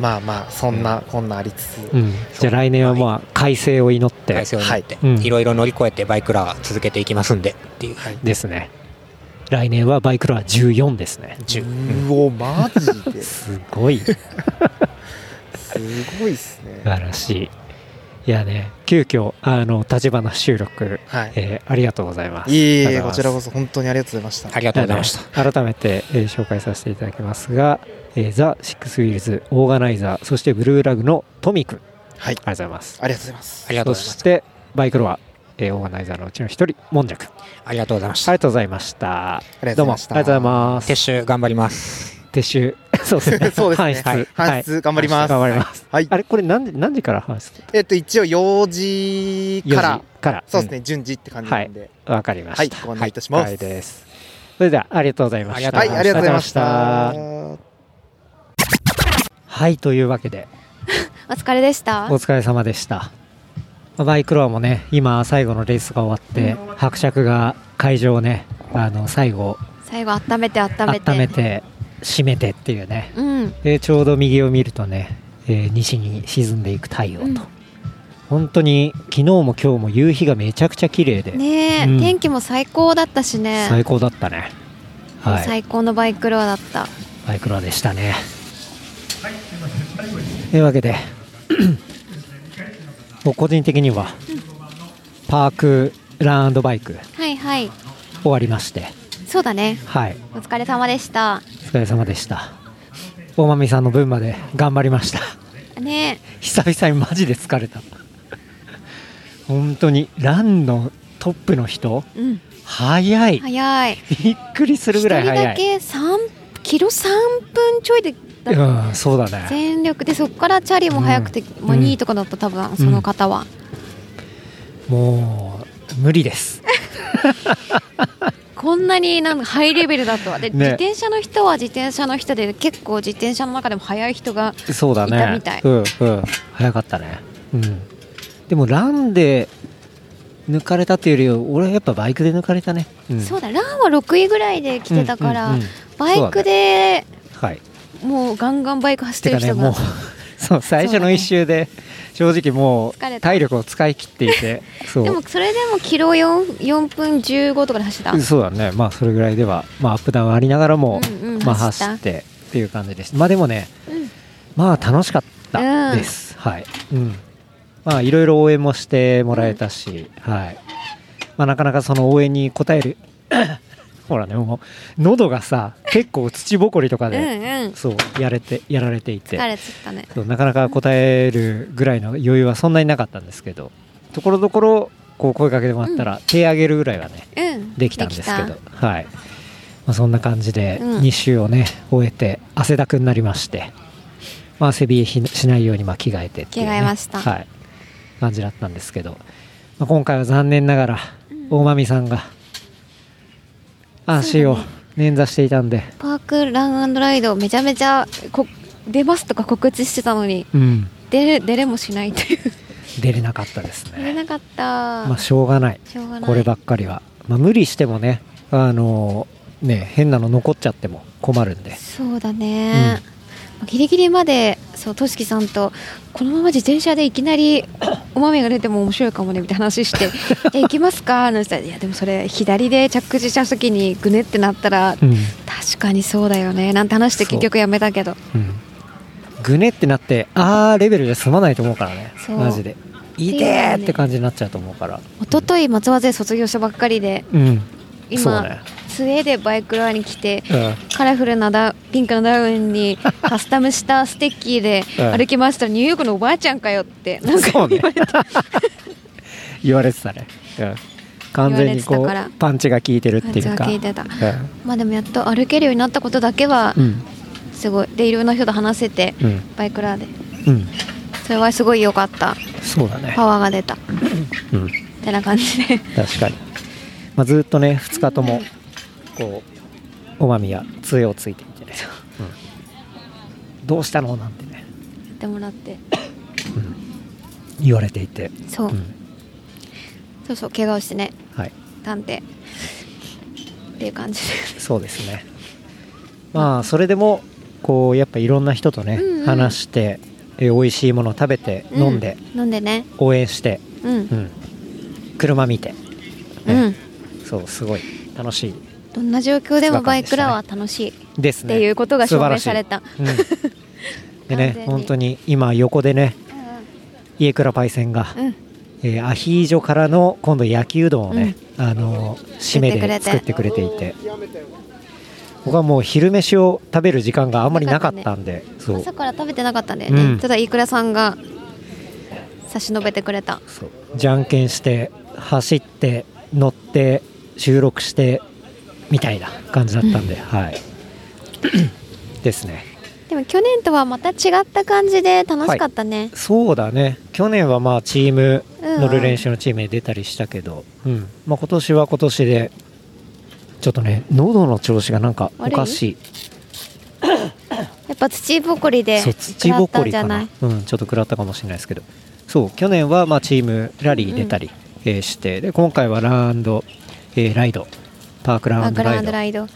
まあまあそんなこんなありつつ、うんじゃあ来年はまあ快晴を祈って体制を持って、はいうんいろいろ乗り越えてバイクラー続けていきますんでっていう、はいですね来年はバイクロア14ですね10うおマジですすごい素ごいっす [LAUGHS] ね。晴らしいいやね急遽あの立花収録、はい。えーありがとうございますいえいありえがとうこごちざらいまこすそ本当にありがとうございました。ありがとうございましたあの改めて、えー紹介させていただきますが、えーザ・シックスウィールズオーガナイザーそしてブルーラグのトミーくんありはい。がとうございますありがとうございます。ありがとうございまそすしてバイクロアえーオーガナイザーのうちの一人もんじゃくんあありがとうございましりたがとうございましたありがとどううもごありざがいとうまごしざいますた。撤収頑張ります撤収そうですね [LAUGHS] そうですね搬出搬出頑張りまはいす頑張りますはいあれこれ何時何時から搬出えっと、一応、用事4から時、からそうですね、順次って感じなんで、うんわかりまはいし、たご案内いたします。はいですそれではありがとうございましたはい、ありがとうございまし。ありがとうございましたたはいというわけでお疲れでしたお。疲れ様でしたまあバイクロアもね今最後のレースが終わって伯爵が会場をねあの最後最後温めて温めて。温めて締めてっていうねうん。でちょうど右を見るとね、えー西に沈んでいく太陽と、うん本当に昨日も今日も夕日がめちゃくちゃ綺麗で、ねえ、うん天気も最高だったしね。最高だったねはい最高のバイクロアだった。バイクロアでしたねというわけで [CLEARS THROAT] 僕個人的にはパークランバイクはいはい。終わりましてそうだね。はいお疲れ様でした。お疲れ様でした大まみさんの分まで頑張りましたね久々にマジで疲れた本当にランのトップの人え、うん。早い、早い。びっくりするぐらい一人早だいけ三キロ三分ちょいでうんそうだね全力でそこからチャリも速くて、うんもう2位とかだった多分その方は、もう無理 [LAUGHS] ですこんなになんかハイレベルだと [LAUGHS] はで、ね自転車の人は自転車の人で結構自転車の中でも速い人がそうだねいたみたいうんうん早かったねうんでもランで抜かれたというより俺はやっぱバイクで抜かれたね、うん、そうだランは6位ぐらいで来てたから、うんうんうんバイクではいもうガンガンバイク走っててるかね人もが、うそう最初の一周で正直も疲れうた体力を使い切っていてそう [LAUGHS] でもそれでもキロ 4, 4分15とかで走ってた、そうだね、まあ、それぐらいでは、まあ、アップダウンありながらも、うんうんまあ、走走ったってっていう感じです。まあ、でもね、うんまあ、楽しかったです。はい。うん。まあ、いろいろ応援もしてもらえたし、はい。まあ、なかなかその応援に応える。 [COUGHS] ほらね、もう、喉がさ、結構土ぼこりとかうんうで、んそう、やれて、やられていて。疲れてたねそうなかなか答えるぐらいの余裕はそんなになかったんですけどところどころこう声かけてもらったら、手上げるぐらいはねうんできたんですけでどき、はいまあ、そんな感じでうん2週をね、終えて汗だくになりまして、まあ、汗びえひしないようにまあ着替えてっていう、ね、着替えましたはい、感じだったんですけど、まあ、今回は残念ながら大まみさんが足を捻挫していたんで、パークランライドめちゃめちゃこ出ますとか告知してたのにうん、出れ出れもしない [LAUGHS] という出れなかったです出れね。なかった、まあ、しょうがないしょうがないこればっかりは、まあ、無理してもねあのね変なの残っちゃっても困るんでそうだね、まあギリギリまでそうとしきさんとこのまま自転車でいきなりお豆が出ても面白いかもねみたいな話して「え行きますか?」なんて言ったら「いやでもそれ左で着地した時にぐねってなったらうん、確かにそうだよね」なんて話してそう結局やめたけどうん、ぐねってなってあーレベルじゃ済まないと思うからねそうマジでいてだよーねって感じになっちゃうと思うから一昨日松葉勢卒業したばっかりでうんそう今、ねスウェーデンバイクロアに来てうんカラフルなダピンクのダウン [LAUGHS] にカスタムしたステッキーでうん歩きましたらニューヨークのおばあちゃんかよってなんかそうね言われてたね、うん、完全にこ言うわれてたからパンチが効いてるっていうかパンチが効いてまあでもやっと歩けるようになったことだけはうんすごいでいろんな人と話せてうんバイクラーでうんそれはすごい良かったそうだねパワーが出たっうんてな感じで確かに、まあ、ずっとね2日ともこうおまみや杖をついていてね、うんどうしたのなんてねやってもらって言われていて、そう、うんそうそう怪我をしてねはい探偵っていう感じそうですねまあそれでもこうやっぱいろんな人とね、うんうん話してえー美味しいものを食べてで飲んで、、う飲んでね応援して、うんうん車見て、うねんそうすごい楽しいどんな状況でもバイクラーは楽しいですねっていうことが証明素晴らしいされたうんで完全ねに本当に今横でね家倉パイセンが、うんえーアヒージョからの今度焼きうどんをね、あのー締めで作作っっててくれていて僕はもう昼飯を食べる時間があんまりなかったんで、そう朝から食べてなかったんだよね、うんただ飯倉さんが差し伸べてくれたそうじゃんけんして走って乗って収録してみたいな感じだったんで、はいですねでも去年とはまた違った感じで楽しかったね、そうだね去年はまあチームうん乗る練習のチームに出たりしたけど、うんまあ、今年は今年でちょっとね喉の調子がなんかおかし [COUGHS] やっぱ土ぼこりいでそう土食らぼこったんりじゃかなないうん、ちょっと食らったかもしれないですけどそう去年はまあチームラリー出たりえーして、で今回はランド、えーライドパークラあンドグラランイドドライド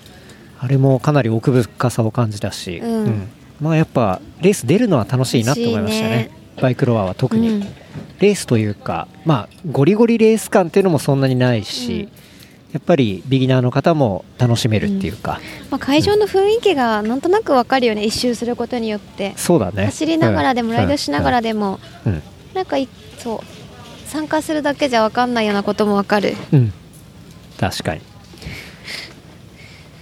あれもかなり奥深さを感じたし、うんまあやっぱレース出るのは楽しいなと思いましたね楽しいねバイクロアは特に、うんレースというかまあゴリゴリレース感っていうのもそんなにないし、やっぱりビギナーの方も楽しめるっていうか、まあ、会場の雰囲気がなんとなくわかるよね一周することによってそうだね走りながらでもライドしながらででもうんうんなんかいそう参加するだけじゃわかんないようなこともわかるうん確かに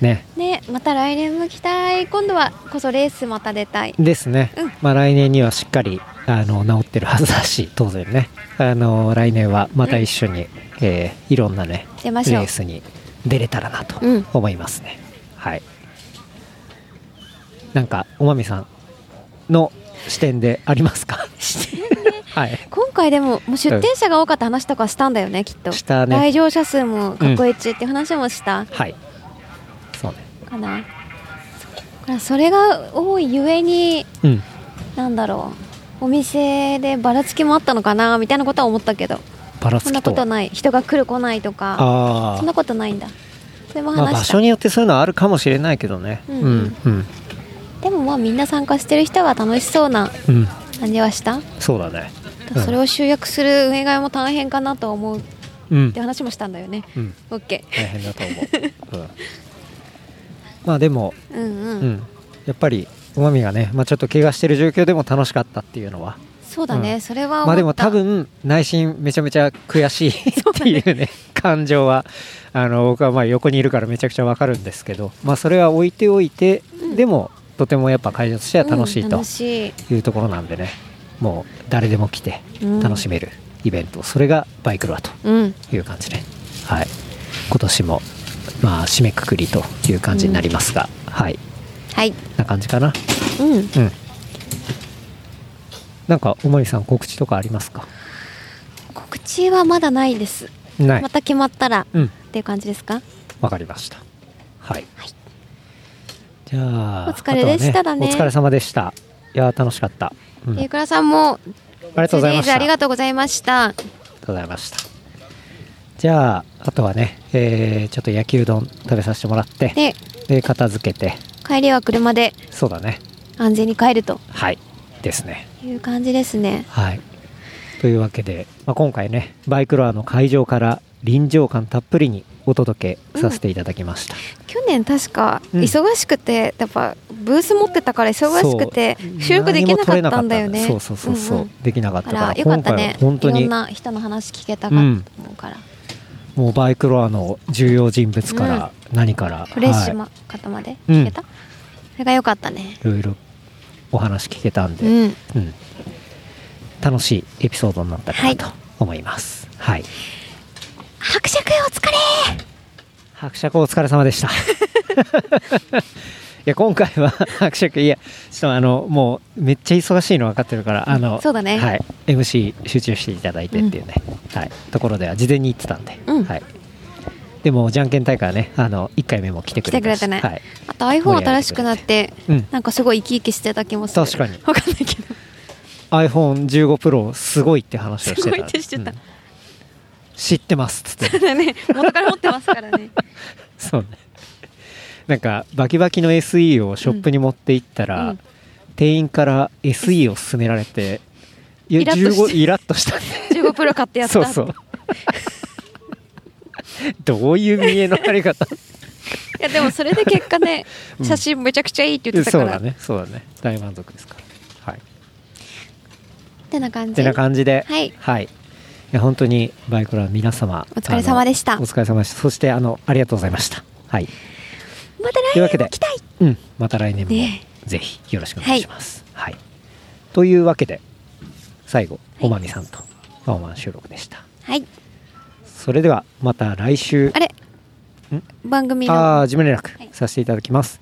ねねまた来年も期待今度はこそレースまた出たいですね、うんまあ来年にはしっかりあの治ってるはずだし当然ねあの来年はまた一緒に、えーいろんなね出ましょうレースに出れたらなとうん思いますね、はいなんかおまみさんの視点でありますか [LAUGHS] はい今回でももう出店者が多かった話とかしたんだよねきっとしたね来場者数も過去一って話もしたはいそうねかな、だからそれが多いゆえにうんなんだろうお店でばらつきもあったのかなみたいなことは思ったけどばらそつんなきこととはない人が来る来ないとかあそんあなことないんだそれもまあ、場話した、所によってそういうのはあるかもしれないけどねうんうんうんでもまあみんな参加してる人は楽しそうなうん感じはしたそうだねうんそれを集約する運営側も大変かなと思うっうんて話もしたんだよねうん OK 大変だと思 [LAUGHS] う、うん、まあでも、うんうん、うん、やっぱりうまみがね、まあ、ちょっと怪我してる状況でも楽しかったっていうのはそうだね、うんそれは思ったまあでも多分内心めちゃめちゃ悔 [LAUGHS] しいっていうね感情はあの僕はまあ横にいるからめちゃくちゃわかるんですけど、まあ、それは置いておいて、うんでもとてもやっぱ会場としては楽しいうんと楽しいいうところなんでね、もう誰でも来てうん楽しめるイベント、それがバイクロアとうんという感じで、はい、今年も、まあ、締めくくりという感じになりますが、はい、はいな感じかな。うんうん。なんか、おまりさん、告知とかありますか告知はまだないです、ないま。た決まったらうん、っていう感じですかわかりました。はい。じゃあ、お疲れでしただねあとはお疲れ様でした。いやー、楽しかった。うん、あえりー倉さんもがとうございシリーましズた。ありがとうございましたありがとうございました。じゃあ、あとはね、えーちょっと焼きうどん食べさせてもらって、でで、片付けて、帰りは車でそうだね。安全に帰るとはい。ですね。いう感じですねはい。というわけで、まあ、今回ね、バイクロアの会場から臨場感たっぷりにお届けさせていただきました。去年確かうん忙しくて、やっぱブース持ってたから忙しくてそう収録できなかったんだよね何も撮れなかったんだそうそうそうそう、んんできなだかったかからら、よかった今回ねは本当いろにんな人の話聞けたかとうん思うから、もうバイクロアの重要人物から何から、フレッシュはな方までうん聞けた、それが良かったねい、いろいろお話聞けたんで、うんうん楽しいエピソードになったかはいなと思います。はい、伯爵お疲れ伯爵お疲れ様でした。い [LAUGHS] や今回は [LAUGHS] 伯爵いやちょっとあのもうめっちゃ忙しいの分かってるからあのそうだねはい MC 集中していただいてっていうね、はいところでは事前に言ってたんで、うんはいでもじゃんけん大会はねあの一回目も来てくれたし来てくれたねはいあと iPhone 新しくなってうんなんかすごい生き生きしてた気もする確かに分かん [LAUGHS] ないけど iPhone15 Pro すごいって話をしてたすごいってしてたうん知ってますっつったて [LAUGHS] だね元から持ってますからねそうね。なんかバキバキの SE をショップに持って行ったら、うんうん店員から SE を勧められて、いやイラッとして15イラッとしたね。 15プロ買ってやったそうそう。 [LAUGHS] どういう見えのあり方いやでもそれで結果ね、うん写真めちゃくちゃいいって言ってたそかうらだねそうだね大満足ですからはっいてな感てじな感じでははいいや本当にバイクラーの皆様お疲れ様でしたあのお疲れ様でしたそしてあのありがとうございましたはいまたというわ来年けでも来たいうん、また来年もねぜひよろしくお願いします。はい、と [LAUGHS] いうわけで最後おまみさんとワンワン収録でした。はいそれではまた来週あれ番組のああー事務連絡させていただきます、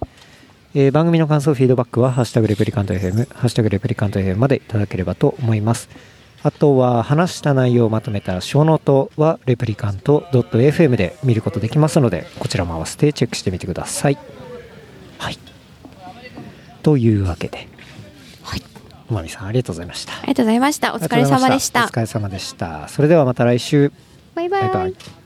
えー番組の感想フィードバックは「ハッシュタグレプリカント FM」「ハッシュタグレプリカント FM」までいただければと思いますあとは話した内容をまとめた小ノートはレプリカント .fm で見ることできますのでこちらも合わせてチェックしてみてくださいはいというわけでおまみさんありがとうございましたありがとうございましたお疲れ様でしたありがとうございましたお疲れ様でしたそれではまた来週バイバイバイバイ